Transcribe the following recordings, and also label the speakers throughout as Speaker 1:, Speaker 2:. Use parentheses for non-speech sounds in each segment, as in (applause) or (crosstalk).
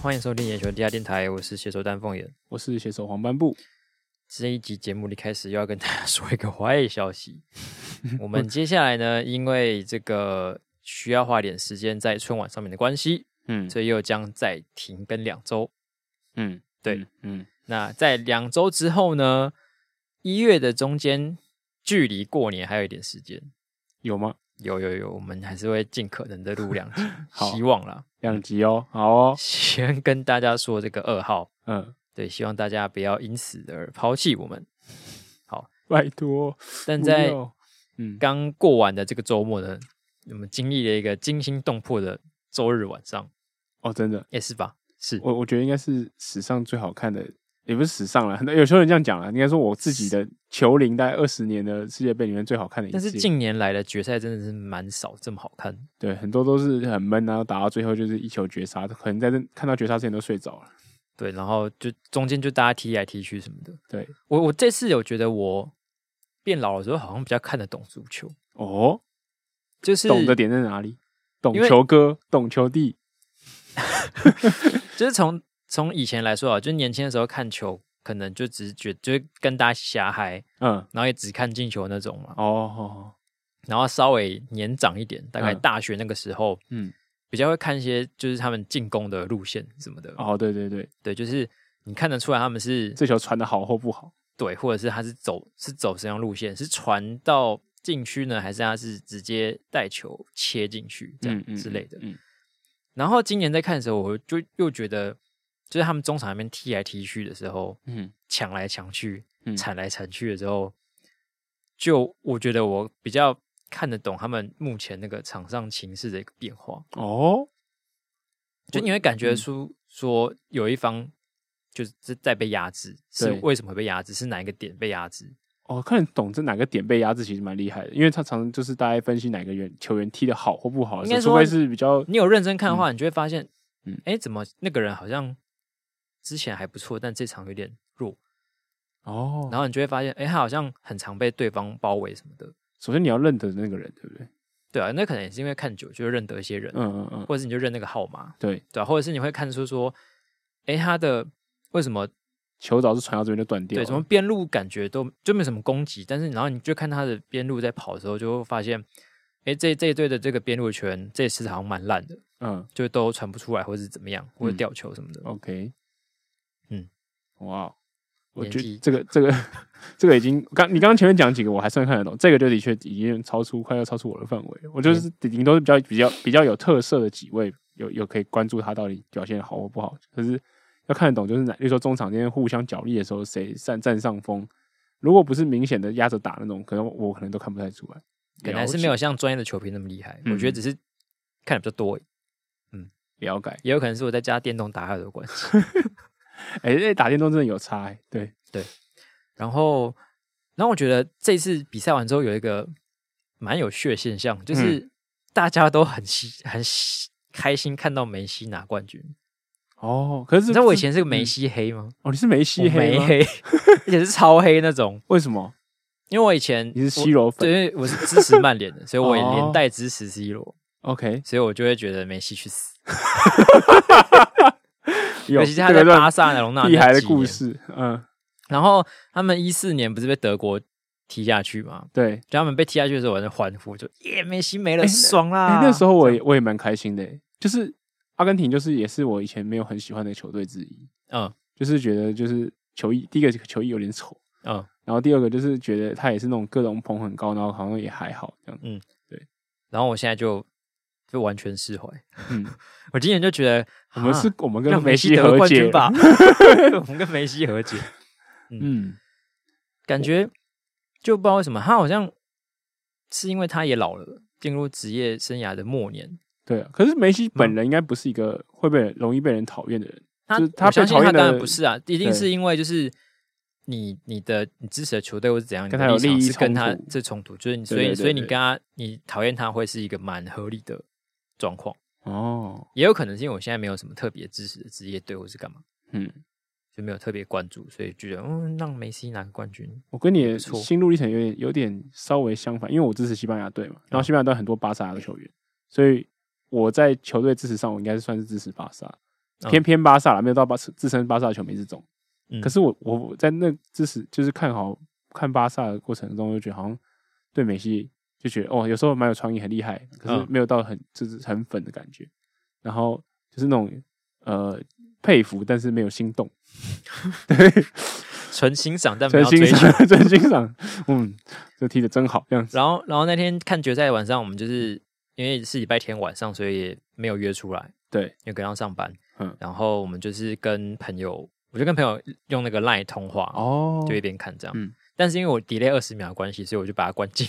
Speaker 1: 欢迎收听《眼球地下电台》，我是携手丹凤眼。
Speaker 2: 我是写手黄斑布。
Speaker 1: 这一集节目的开始又要跟大家说一个坏消息，
Speaker 2: (laughs)
Speaker 1: 我们接下来呢，因为这个需要花点时间在春晚上面的关系，
Speaker 2: 嗯
Speaker 1: 所以又将再停更两周。
Speaker 2: 嗯，
Speaker 1: 对
Speaker 2: 嗯，嗯，
Speaker 1: 那在两周之后呢，一月的中间，距离过年还有一点时间。
Speaker 2: 有吗？，
Speaker 1: 有有有，我们还是会尽可能的录两集
Speaker 2: (laughs) 好
Speaker 1: 希望啦。
Speaker 2: 两集哦，好哦，
Speaker 1: 先跟大家说这个噩耗，
Speaker 2: 嗯，
Speaker 1: 对，希望大家不要因此而抛弃我们。
Speaker 2: 拜托，
Speaker 1: 但
Speaker 2: 不
Speaker 1: 在
Speaker 2: 要嗯
Speaker 1: 刚过完的这个周末呢，我们经历了一个惊心动魄的周日晚上，
Speaker 2: 哦，真的，
Speaker 1: 也是吧？是
Speaker 2: 我我觉得应该是史上最好看的，也不是史上了，那有时候人这样讲啊，应该说我自己的球龄大概二十年的世界杯里面最好看的一
Speaker 1: 但是
Speaker 2: 次
Speaker 1: 近年来的决赛真的是蛮少这么好看。
Speaker 2: 对很多都是很闷，然后打到最后就是一球绝杀，可能在这看到绝杀之前都睡着了。
Speaker 1: 对，然后就中间就大家踢来踢去什么的。
Speaker 2: 对，
Speaker 1: 我我这次有觉得我变老了之后，好像比较看得懂足球，
Speaker 2: 哦，
Speaker 1: 就是
Speaker 2: 懂的点在哪里？懂
Speaker 1: 因为
Speaker 2: 球哥，懂球弟，
Speaker 1: 就是从从以前来说啊，就是年轻的时候看球，可能就只是觉就是跟大家瞎嗨，
Speaker 2: 嗯，
Speaker 1: 然后也只看进球那种嘛。
Speaker 2: 哦哦，
Speaker 1: 然后稍微年长一点，大概
Speaker 2: 嗯
Speaker 1: 大学那个时候，
Speaker 2: 嗯，
Speaker 1: 比较会看一些就是他们进攻的路线什么的。
Speaker 2: 哦，对对对，
Speaker 1: 对，就是你看得出来他们是
Speaker 2: 这球传的好或不好？
Speaker 1: 对，或者是他是走是走什么样路线，是传到禁区呢，还是他是直接带球切进去这样之类的。
Speaker 2: 嗯，
Speaker 1: 然后今年在看的时候，我就又觉得，就是他们中场那边踢来踢去的时候，
Speaker 2: 嗯
Speaker 1: 抢来抢去
Speaker 2: 嗯、
Speaker 1: 铲来铲去的时候，就我觉得我比较看得懂他们目前那个场上情势的一个变化，
Speaker 2: 哦，
Speaker 1: 就你会感觉
Speaker 2: 嗯
Speaker 1: 出说有一方就是在被压制，是
Speaker 2: 对
Speaker 1: 为什么会被压制？是哪一个点被压制？
Speaker 2: 哦，看得懂这哪个点被压制，其实蛮厉害的，因为他常常就是大概分析哪个员球员踢的好或不好的时候，
Speaker 1: 应该说嗯
Speaker 2: 除非是比较
Speaker 1: 你有认真看的话，你就会发现，嗯
Speaker 2: 嗯，
Speaker 1: 哎，怎么那个人好像之前还不错，但这场有点弱，
Speaker 2: 哦。
Speaker 1: 然后你就会发现，哎，他好像很常被对方包围什么的。
Speaker 2: 首先你要认得那个人，对不对？
Speaker 1: 对啊，那可能也是因为看久就会认得一些人，
Speaker 2: 嗯嗯嗯，
Speaker 1: 或者是你就认那个号码，
Speaker 2: 对，
Speaker 1: 对、啊，或者是你会看出说，诶，他的为什么
Speaker 2: 球早是传到这边就断掉
Speaker 1: 对
Speaker 2: 了，
Speaker 1: 什么边路感觉都就没什么攻击，但是然后你就看他的边路在跑的时候，就会发现，诶，这这一队的这个边路权这次好像蛮烂的，
Speaker 2: 嗯
Speaker 1: 就都传不出来，或是怎么样，或者
Speaker 2: 嗯
Speaker 1: 吊球什么的。
Speaker 2: ，OK，
Speaker 1: 嗯，
Speaker 2: 哇，哦我
Speaker 1: 年
Speaker 2: 觉
Speaker 1: 纪
Speaker 2: 得这个这个这个已经刚你刚刚前面讲几个我还算看得懂，这个就的确已经超出快要超出我的范围了，我
Speaker 1: 嗯
Speaker 2: 就是顶多是比较比较比较有特色的几位，有有可以关注他到底表现好或不好，可是要看得懂就是哪，例如说中场之间互相角力的时候谁占占上风，如果不是明显的压着打那种，可能我可能都看不太出来，
Speaker 1: 可能还是没有像专业的球评那么厉害，我觉得
Speaker 2: 嗯
Speaker 1: 只是看的比较多而已，
Speaker 2: 了解，
Speaker 1: 也有可能是我在家电动打他的关系。
Speaker 2: 哎、哎打电动真的有差、欸，对，
Speaker 1: 然后，然后我觉得这次比赛完之后有一个蛮有趣的现象，
Speaker 2: 嗯
Speaker 1: 就是大家都很喜很喜开心看到梅西拿冠军。
Speaker 2: 哦，可是
Speaker 1: 你知道我以
Speaker 2: 这
Speaker 1: 前是个梅
Speaker 2: 嗯
Speaker 1: 西黑吗？
Speaker 2: 哦你是梅
Speaker 1: 我
Speaker 2: 西黑
Speaker 1: 梅
Speaker 2: 吗？
Speaker 1: 黑，而且是超黑那种。
Speaker 2: 为什么？
Speaker 1: 因为我以前
Speaker 2: (laughs) 你是
Speaker 1: 我
Speaker 2: C 罗粉
Speaker 1: 对，因为我是支持曼联的，所以我也
Speaker 2: 哦
Speaker 1: 连带支持 C 罗， (laughs)
Speaker 2: ？OK，
Speaker 1: 所以我就会觉得梅西去死。
Speaker 2: 有
Speaker 1: 尤其是他
Speaker 2: 这
Speaker 1: 在
Speaker 2: 个
Speaker 1: 巴
Speaker 2: 段
Speaker 1: 萨、罗纳
Speaker 2: 厉害
Speaker 1: 那
Speaker 2: 的
Speaker 1: 几
Speaker 2: 故
Speaker 1: 年。
Speaker 2: 事，嗯，
Speaker 1: 然后他们一四年不是被德国踢下去吗？
Speaker 2: 对。
Speaker 1: 就他们被踢下去的时候，我在欢呼，就耶，梅西没了，
Speaker 2: 哎那
Speaker 1: 爽啦！
Speaker 2: 哎、那时候我也我也蛮开心的欸，就是阿根廷，就是也是我以前没有很喜欢的球队之一，
Speaker 1: 嗯
Speaker 2: 就是觉得就是球衣，第一个球衣有点丑，
Speaker 1: 嗯，
Speaker 2: 然后第二个就是觉得他也是那种各种捧很高，然后好像也还好这样，
Speaker 1: 然后我现在就就完全释怀。 (laughs)
Speaker 2: 嗯，
Speaker 1: 我今年就觉得
Speaker 2: 我们
Speaker 1: 哈
Speaker 2: 是我们
Speaker 1: 啊让
Speaker 2: 跟
Speaker 1: 梅西
Speaker 2: 西
Speaker 1: 得
Speaker 2: 和
Speaker 1: 冠
Speaker 2: 解
Speaker 1: 军
Speaker 2: 了
Speaker 1: 吧，，
Speaker 2: (laughs)
Speaker 1: 我们跟梅西和解，
Speaker 2: 嗯，
Speaker 1: 感觉就不知道为什么，他好像是因为他也老了，进入职业生涯的末年。
Speaker 2: 对啊。可是梅西本
Speaker 1: 嗯
Speaker 2: 人应该不是一个会被人容易被人讨厌的人，
Speaker 1: 他
Speaker 2: 就是他
Speaker 1: 我相信
Speaker 2: 被讨
Speaker 1: 他
Speaker 2: 厌的
Speaker 1: 当然不是啊，一定
Speaker 2: 对
Speaker 1: 是因为就是你你的你支持的球队或是怎样，
Speaker 2: 跟
Speaker 1: 你的
Speaker 2: 他有
Speaker 1: 立场
Speaker 2: 利益
Speaker 1: 是跟
Speaker 2: 冲
Speaker 1: 他
Speaker 2: 突
Speaker 1: 这冲突，就是你所
Speaker 2: 对
Speaker 1: 以
Speaker 2: 对对
Speaker 1: 所以你
Speaker 2: 对
Speaker 1: 跟他你讨厌他会是一个蛮合理的状况，
Speaker 2: 哦，
Speaker 1: 也有可能是因为我现在没有什么特别支持的职业队或是干嘛，
Speaker 2: 嗯。
Speaker 1: 就没有特别关注，所以就觉得嗯让梅西拿个冠军，
Speaker 2: 我跟你
Speaker 1: 不
Speaker 2: 的
Speaker 1: 错
Speaker 2: 心路历程有点有点稍微相反，因为我支持西班牙队嘛，然
Speaker 1: 嗯
Speaker 2: 后西班牙队很多巴萨的球员，所以我在球队支持上，我应该是算是支持巴萨。
Speaker 1: 嗯
Speaker 2: 偏偏巴萨啦，没有到巴自称巴萨的球迷这种。
Speaker 1: 嗯
Speaker 2: 可是我我我在那支持就是看好看巴萨的过程中，就觉得好像对梅西就觉得哦，有时候蛮有创意，很厉害，可是
Speaker 1: 嗯
Speaker 2: 没有到很就是很粉的感觉。然后就是那种呃佩服，但是没有心动，
Speaker 1: 纯欣赏 (laughs) 但没
Speaker 2: 真
Speaker 1: 有
Speaker 2: 欣
Speaker 1: 追求。
Speaker 2: 赏， (laughs) 真欣赏。嗯，这踢的真好，这样子。
Speaker 1: 然后，然后那天看决赛晚上，我们就是因为是礼拜天晚上，所以也没有约出来，
Speaker 2: 对，
Speaker 1: 因为跟上上班。
Speaker 2: 嗯
Speaker 1: 然后我们就是跟朋友，我就跟朋友用那个 LINE 通话，
Speaker 2: 哦
Speaker 1: 就一边看这样。
Speaker 2: 嗯
Speaker 1: 但是因为我 delay 二十秒的关系，所以我就把它关静，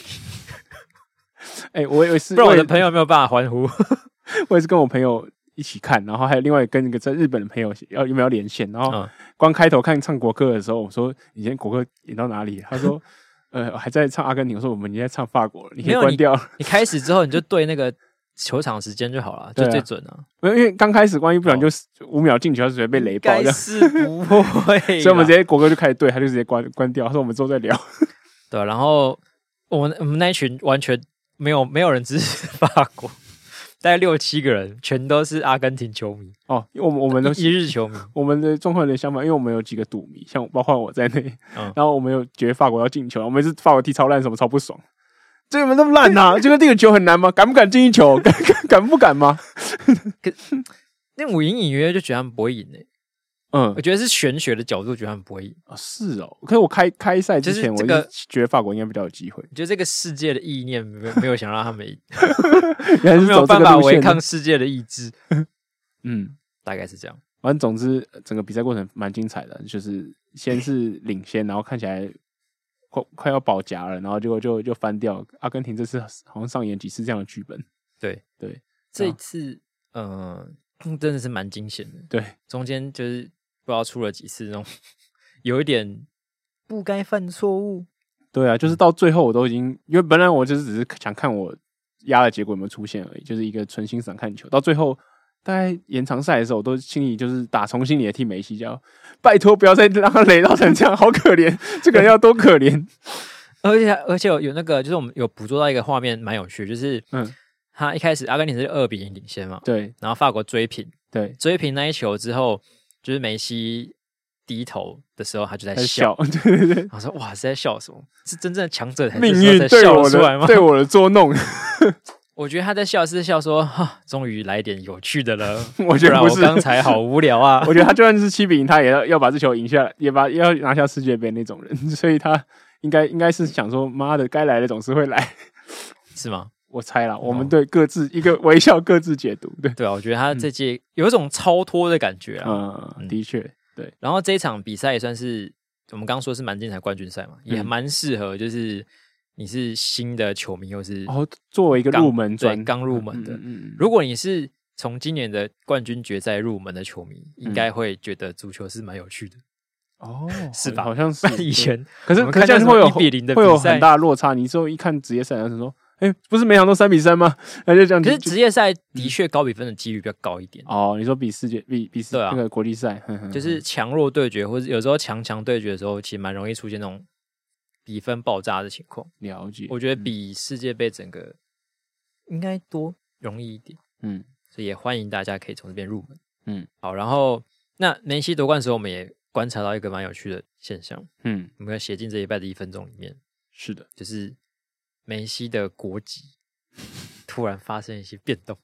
Speaker 2: 哎、我也是，
Speaker 1: 不然我
Speaker 2: 我
Speaker 1: 的
Speaker 2: 也
Speaker 1: 朋友没有办法欢呼。
Speaker 2: (laughs) 我也是跟我朋友一起看，然后还有另外跟一个在日本的朋友要有没有连线，然后
Speaker 1: 嗯
Speaker 2: 光开头看唱国歌的时候，我说你今天国歌演到哪里？他说
Speaker 1: (laughs)
Speaker 2: 呃还在唱阿根廷，我说我们已经在唱法国了，你可
Speaker 1: 没
Speaker 2: 以
Speaker 1: 有
Speaker 2: 关
Speaker 1: 你
Speaker 2: 掉。 (laughs)
Speaker 1: 你开始之后，你就对那个球场时间就好了，就
Speaker 2: 对啊
Speaker 1: 最准了。
Speaker 2: 没有因为刚开始万一不然
Speaker 1: 哦
Speaker 2: 就五秒进球，他直接被雷爆
Speaker 1: 该
Speaker 2: 这样，
Speaker 1: 是不会啦，
Speaker 2: (laughs) 所以我们直接国歌就开始对，他就直接关关掉。他说我们之后再聊。
Speaker 1: 对啊。然后我们我们那一群完全没有没有人支持法国，大概六七个人，全都是阿根廷球迷，
Speaker 2: (laughs) 哦，因为我们我们都
Speaker 1: 一日球
Speaker 2: (laughs)
Speaker 1: 迷。
Speaker 2: 我们的状况有点相反，因为我们有几个赌迷，像我包括我在内，
Speaker 1: 嗯
Speaker 2: 然后我们有觉得法国要进球，我们是法国踢超烂，什么超不爽，这你们那么烂
Speaker 1: 啊
Speaker 2: 呐、 (laughs) 这个这个球很难吗？敢不敢进一球？ (laughs) 敢敢敢不敢吗？
Speaker 1: 但我隐隐约约就觉得他们不会赢欸诶、
Speaker 2: 嗯
Speaker 1: 我，觉得是玄学的角度，觉得他们不会赢。
Speaker 2: 啊是哦，可是我开开赛之前，
Speaker 1: 就是
Speaker 2: 我
Speaker 1: 这个
Speaker 2: 就觉得法国应该比较有机会，
Speaker 1: 我觉得这个世界的意念没有没有想让他
Speaker 2: (laughs)
Speaker 1: 们赢，
Speaker 2: 原来
Speaker 1: (laughs)
Speaker 2: 是
Speaker 1: 没有
Speaker 2: 走这
Speaker 1: 办
Speaker 2: 个
Speaker 1: 法
Speaker 2: 路
Speaker 1: 违
Speaker 2: 线的。
Speaker 1: 抗世界的意志，
Speaker 2: 嗯，
Speaker 1: 大概是这样。
Speaker 2: 反正总之整个比赛过程蛮精彩的，就是先是领先，然后看起来。快快要保夹了，然后结果就就翻掉。阿根廷这次好像上演几次这样的剧本，
Speaker 1: 这一次，啊嗯、真的是蛮惊险的。
Speaker 2: 对，
Speaker 1: 中间就是不知道出了几次那种有一点不该犯错误。
Speaker 2: 对啊，
Speaker 1: 嗯
Speaker 2: 就是到最后我都已经，因为本来我就是只是想看我压的结果有没有出现而已，就是一个纯欣赏看球。到最后大概延长赛的时候，我都心里就是打从心里的替梅西叫，拜托不要再让他雷到成这样，好可怜，这个人要多可怜。
Speaker 1: 而且而且有有那个，就是我们有捕捉到一个画面，蛮有趣，就是
Speaker 2: 嗯，
Speaker 1: 他一开始阿根廷是二比零领先嘛，
Speaker 2: 对
Speaker 1: 然后法国追平，
Speaker 2: 对，
Speaker 1: 追平那一球之后，就是梅西低头的时候，他就在
Speaker 2: 在
Speaker 1: 笑，
Speaker 2: 笑，对对对，
Speaker 1: 然后说哇是在笑什么？是真正的强者才
Speaker 2: 命
Speaker 1: 这时候
Speaker 2: 运
Speaker 1: 在
Speaker 2: 对
Speaker 1: 笑
Speaker 2: 我
Speaker 1: 出来吗
Speaker 2: 的？对我的捉弄，
Speaker 1: (laughs) 我觉得他在笑是笑说哈，终于来点有趣的了，
Speaker 2: (laughs) 我觉
Speaker 1: 不
Speaker 2: 得
Speaker 1: 然
Speaker 2: 不
Speaker 1: 我
Speaker 2: 是
Speaker 1: 刚才好无聊啊。
Speaker 2: 我觉得他就算是七比零，他也要要把这球赢下来，也把也要拿下世界杯那种人，所以他应该应该是想说，妈的，该来的总是会来。
Speaker 1: 是吗？
Speaker 2: 我猜啦，我们对各自一个微笑，各自解读，对，
Speaker 1: 哦对啊，我觉得他这届有一种超脱的感觉啊。
Speaker 2: 嗯，的确，对，
Speaker 1: 然后这一场比赛也算是我们刚刚说是蛮精彩冠军赛嘛，也
Speaker 2: 嗯
Speaker 1: 蛮适合就是你是新的球迷，又是、
Speaker 2: 然后哦作为一个入门
Speaker 1: 对
Speaker 2: 专
Speaker 1: 刚入门的
Speaker 2: 嗯嗯嗯
Speaker 1: 如果你是从今年的冠军决赛入门的球迷，
Speaker 2: 嗯
Speaker 1: 应该会觉得足球是蛮有趣的。
Speaker 2: 哦，
Speaker 1: (laughs) 是吧
Speaker 2: 好像是
Speaker 1: (laughs) 以，前
Speaker 2: 对可是
Speaker 1: 我们
Speaker 2: 可
Speaker 1: 看
Speaker 2: 是这
Speaker 1: 到
Speaker 2: 样
Speaker 1: 什
Speaker 2: 子
Speaker 1: 么
Speaker 2: 会有
Speaker 1: 1比0的
Speaker 2: 会有
Speaker 1: 比赛
Speaker 2: 很大的落差。你之后一看职业赛，然后就说，哎，不是每场都三比三吗？那就这样
Speaker 1: 可
Speaker 2: 子，
Speaker 1: 是
Speaker 2: 就嗯
Speaker 1: 职业赛的确高比分的几率比较高一点，
Speaker 2: 哦，你说比世界比比世
Speaker 1: 对啊
Speaker 2: 那个国际赛，嗯哼哼
Speaker 1: 就是强弱对决，或者有时候强强对决的时候，其实蛮容易出现那种比分爆炸的情况。
Speaker 2: 了解，
Speaker 1: 我觉得比世界杯整个应该多容易一点，
Speaker 2: 嗯
Speaker 1: 所以也欢迎大家可以从这边入门。
Speaker 2: 嗯，
Speaker 1: 好，然后那梅西夺冠的时候，我们也观察到一个蛮有趣的现象，
Speaker 2: 嗯，
Speaker 1: 我们要写进这一拜的一分钟里面，
Speaker 2: 是的，
Speaker 1: 就是梅西的国籍突然发生一些变动，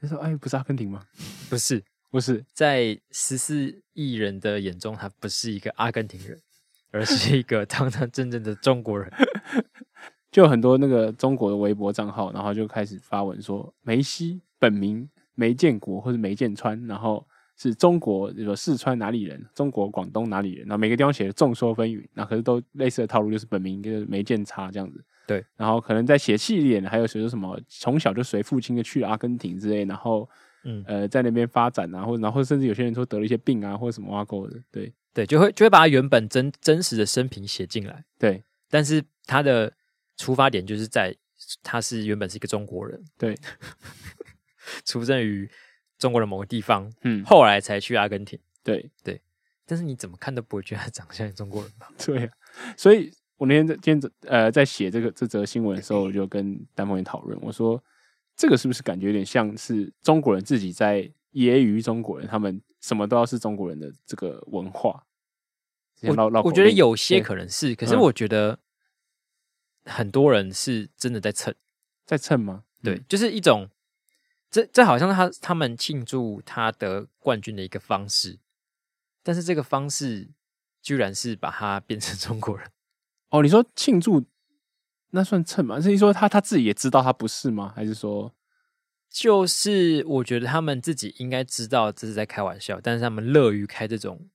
Speaker 2: 他说，哎，不是阿根廷吗？
Speaker 1: 不是
Speaker 2: 不是，
Speaker 1: 在十四亿人的眼中，他不是一个阿根廷人，而是一个 (laughs) 堂堂正正的中国人。
Speaker 2: 就有很多那个中国的微博账号，然后就开始发文说梅西本名梅建国或者梅建川，然后是中国比如说四川哪里人，中国广东哪里人，然后每个地方写的众说纷纭，那可是都类似的套路，就是本名就是梅建差这样子。
Speaker 1: 对，
Speaker 2: 然后可能在写系列，还有谁说什么从小就随父亲就去了阿根廷之类，然后
Speaker 1: 嗯，
Speaker 2: 呃在那边发展啊，或者然后甚至有些人说得了一些病啊，或者什么挖沟的，对
Speaker 1: 对，就会就会把他原本真真实的生平写进来，
Speaker 2: 对
Speaker 1: 但是他的出发点就是在他是原本是一个中国人，
Speaker 2: 对，
Speaker 1: (laughs) 出生于中国的某个地方，
Speaker 2: 嗯
Speaker 1: 后来才去阿根廷。
Speaker 2: 对，
Speaker 1: 但是你怎么看都不会觉得他长得像中国人吧？
Speaker 2: (laughs) 对、啊，所以我那天在今天呃在写这个这则新闻的时候，我就跟丹凤也讨论，我说这个是不是感觉有点像是中国人自己在揶揄中国人，他们什么都要是中国人的这个文化。
Speaker 1: 我
Speaker 2: 绕绕口
Speaker 1: 我觉得
Speaker 2: 令
Speaker 1: 有些
Speaker 2: 对
Speaker 1: 可能是，可是
Speaker 2: 嗯
Speaker 1: 我觉得很多人是真的在蹭，
Speaker 2: 在蹭吗？嗯
Speaker 1: 对，就是一种，这这好像是他他们庆祝他得冠军的一个方式，但是这个方式居然是把他变成中国人，
Speaker 2: 哦，你说庆祝那算蹭吗？是你说他他自己也知道他不是吗？还是说
Speaker 1: 就是我觉得他们自己应该知道这是在开玩笑，但是他们乐于开这种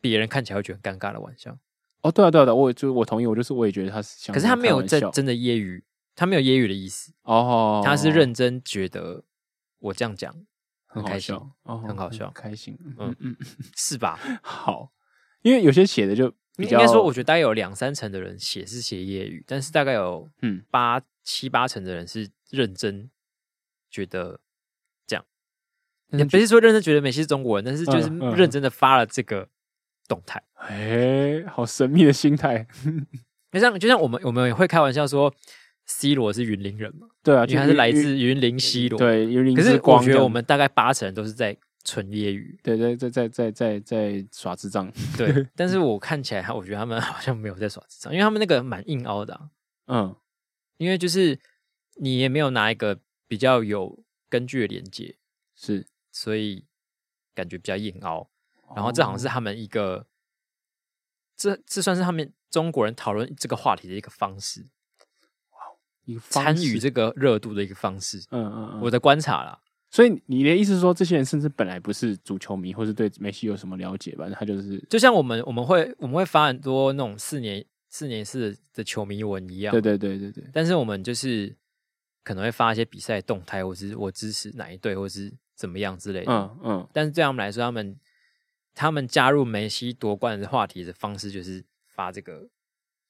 Speaker 1: 别人看起来会觉得很尴尬的玩笑，
Speaker 2: 哦，对啊，对啊，对啊我就我同意，我就是我也觉得他是想
Speaker 1: 可
Speaker 2: 跟
Speaker 1: 是
Speaker 2: 开玩笑，
Speaker 1: 他没有在真的揶揄，他没有揶揄的意思，
Speaker 2: 哦，
Speaker 1: 他是认真觉得我这样讲
Speaker 2: 很
Speaker 1: 开
Speaker 2: 好
Speaker 1: 心
Speaker 2: 笑，哦，
Speaker 1: 很好笑
Speaker 2: 开心，嗯
Speaker 1: 嗯
Speaker 2: 嗯，
Speaker 1: 是吧？
Speaker 2: 好，因为有些写的就比
Speaker 1: 应
Speaker 2: 较
Speaker 1: 该说，我觉得大概有两三成的人写是写业余，但是大概有
Speaker 2: 嗯
Speaker 1: 八七八成的人是认真觉得这样，也不是说认真觉得美西是中国人，但是就是
Speaker 2: 嗯嗯
Speaker 1: 认真的发了这个动态。
Speaker 2: 哎，好神秘的心态， (laughs)
Speaker 1: 就像就像我们我们也会开玩笑说，C 罗是云林人嘛，
Speaker 2: 对啊，
Speaker 1: 因为他
Speaker 2: 就是
Speaker 1: 来
Speaker 2: 云
Speaker 1: 自云林西罗。，
Speaker 2: 对云林
Speaker 1: 可
Speaker 2: 之
Speaker 1: 是
Speaker 2: 光
Speaker 1: 我
Speaker 2: 这样，
Speaker 1: 觉得我们大概八成人都是在纯业余，
Speaker 2: 对在在在在在在耍智障， (laughs)
Speaker 1: 对。但是我看起来，我觉得他们好像没有在耍智障，因为他们那个蛮硬凹的、啊。
Speaker 2: 嗯，
Speaker 1: 因为就是你也没有拿一个比较有根据的连接，
Speaker 2: 是，
Speaker 1: 所以感觉比较硬凹。然后这
Speaker 2: 哦
Speaker 1: 好像是他们一个，这这算是他们中国人讨论这个话题的一个方式，
Speaker 2: 一个方
Speaker 1: 参
Speaker 2: 式
Speaker 1: 与这个热度的一个方式。
Speaker 2: 嗯嗯嗯，
Speaker 1: 我的观察啦，
Speaker 2: 所以你的意思是说，这些人甚至本来不是足球迷，或是对梅西有什么了解吧？他就是
Speaker 1: 就像我们我们会我们会发很多那种四年四年四的球迷文一样，
Speaker 2: 对对对对对，
Speaker 1: 但是我们就是可能会发一些比赛动态，或是我支持哪一队，或是怎么样之类的。
Speaker 2: 嗯嗯，
Speaker 1: 但是对他们来说，他们他们加入梅西夺冠的话题的方式就是发这个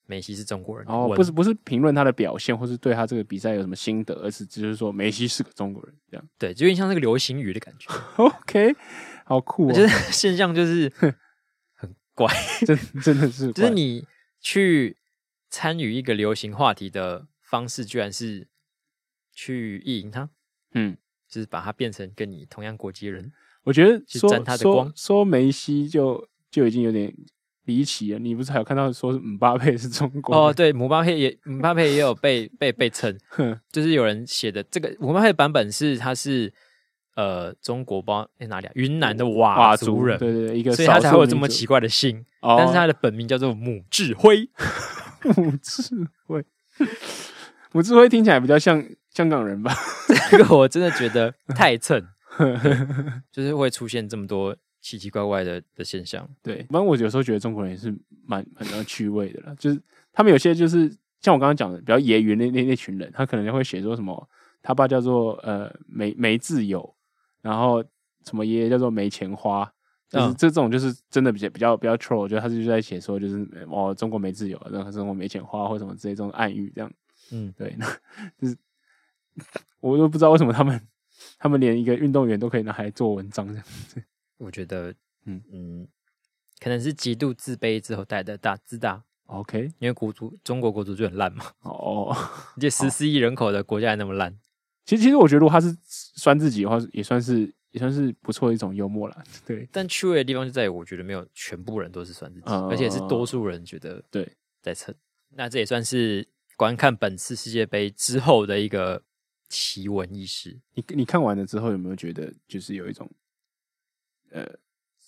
Speaker 1: 梅西是中国人的
Speaker 2: 然后
Speaker 1: 文，
Speaker 2: 哦不是不是评论他的表现，或是对他这个比赛有什么心得，而是只是说梅西是个中国人这样。 (laughs)
Speaker 1: 对，就有点像那个流行语的感觉。
Speaker 2: OK，好酷、
Speaker 1: 我
Speaker 2: 哦，
Speaker 1: 觉得现象就是 (laughs) 很怪，
Speaker 2: 真 (laughs) 真的是
Speaker 1: 就是
Speaker 2: 怪
Speaker 1: 你去参与一个流行话题的方式，居然是去意淫他，
Speaker 2: 嗯，
Speaker 1: 就是把他变成跟你同样国籍的人。
Speaker 2: 我觉得
Speaker 1: 去
Speaker 2: 说
Speaker 1: 沾他的
Speaker 2: 说
Speaker 1: 光
Speaker 2: 说梅西就就已经有点离奇了。你不是还有看到说姆巴佩是中国人
Speaker 1: 哦，，对，姆巴佩也姆巴佩也有被被被蹭，
Speaker 2: 哼
Speaker 1: 就是有人写的这个我们还有版本是他是呃中国包诶哪里、啊、云南的
Speaker 2: 哇
Speaker 1: 佤族人，
Speaker 2: 对对对，一个
Speaker 1: 所以他才
Speaker 2: 少数
Speaker 1: 会有这
Speaker 2: 民
Speaker 1: 么
Speaker 2: 族
Speaker 1: 奇怪的姓。
Speaker 2: 哦、
Speaker 1: 但是
Speaker 2: (laughs)
Speaker 1: 他的本名叫做母智辉，
Speaker 2: 母智慧，母智慧听起来比较像香港人吧？
Speaker 1: 这个我真的觉得太
Speaker 2: (laughs)
Speaker 1: 蹭，对就是会出现这么多奇奇怪怪的的现象。
Speaker 2: 对，反正我有时候觉得中国人也是蛮蛮有趣味的啦，就是他们有些就是像我刚刚讲的比较揶揄那那那群人，他可能就会写说什么他爸叫做呃没没自由，然后什么爷爷叫做没钱花。就是
Speaker 1: 嗯
Speaker 2: 这这种，就是真的比较比较比较 troll，就是他就是在写说，就是哦，中国没自由，然后中国没钱花或什么之类这种暗语这样。
Speaker 1: 嗯，
Speaker 2: 对，那就是我都不知道为什么他们他们连一个运动员都可以拿来做文章这样。
Speaker 1: 我觉得，
Speaker 2: 嗯
Speaker 1: 嗯嗯，可能是极度自卑之后带的大自大，
Speaker 2: OK，
Speaker 1: 因为国足中国国足就很烂嘛，
Speaker 2: 哦，
Speaker 1: 而且十四亿人口的国家还那么烂，
Speaker 2: 其实其实我觉得如果他是酸自己的话，也算是也算是不错的一种幽默啦。 (laughs) 对
Speaker 1: 但趣味的地方就在于，我觉得没有全部人都是算自己，
Speaker 2: 嗯
Speaker 1: 而且是多数人觉得
Speaker 2: 对，
Speaker 1: 在蹭。那这也算是观看本次世界杯之后的一个奇闻异事。
Speaker 2: 你你看完了之后有没有觉得就是有一种呃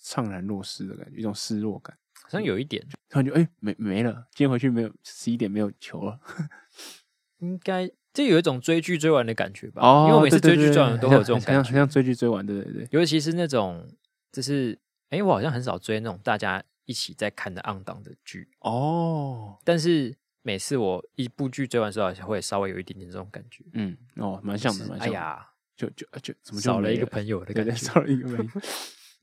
Speaker 2: 怅然若失的感觉，一种失落感？
Speaker 1: 好像有一点，
Speaker 2: 突然就哎、没没了，今天回去没有十一点没有球了。
Speaker 1: 应该这有一种追剧追完的感觉吧？
Speaker 2: 哦，
Speaker 1: 因为我每次追
Speaker 2: 对对
Speaker 1: 剧
Speaker 2: 对
Speaker 1: 追完都会有这种
Speaker 2: 很像
Speaker 1: 感
Speaker 2: 很像很像
Speaker 1: 觉，
Speaker 2: 追剧追完，对对对，
Speaker 1: 尤其是那种就是，哎，我好像很少追那种大家一起在看的暗档的剧，
Speaker 2: 哦，
Speaker 1: 但是每次我一部剧追完之后，好像会稍微有一点点这种感觉，
Speaker 2: 嗯，哦，蛮像的，
Speaker 1: 就是
Speaker 2: 蛮
Speaker 1: 哎
Speaker 2: 像的。
Speaker 1: 呀，
Speaker 2: 就就呃就怎么就
Speaker 1: 少了
Speaker 2: 没
Speaker 1: 一个朋友的
Speaker 2: 对
Speaker 1: 感
Speaker 2: 对，
Speaker 1: 觉。
Speaker 2: (laughs) 少了一个朋友，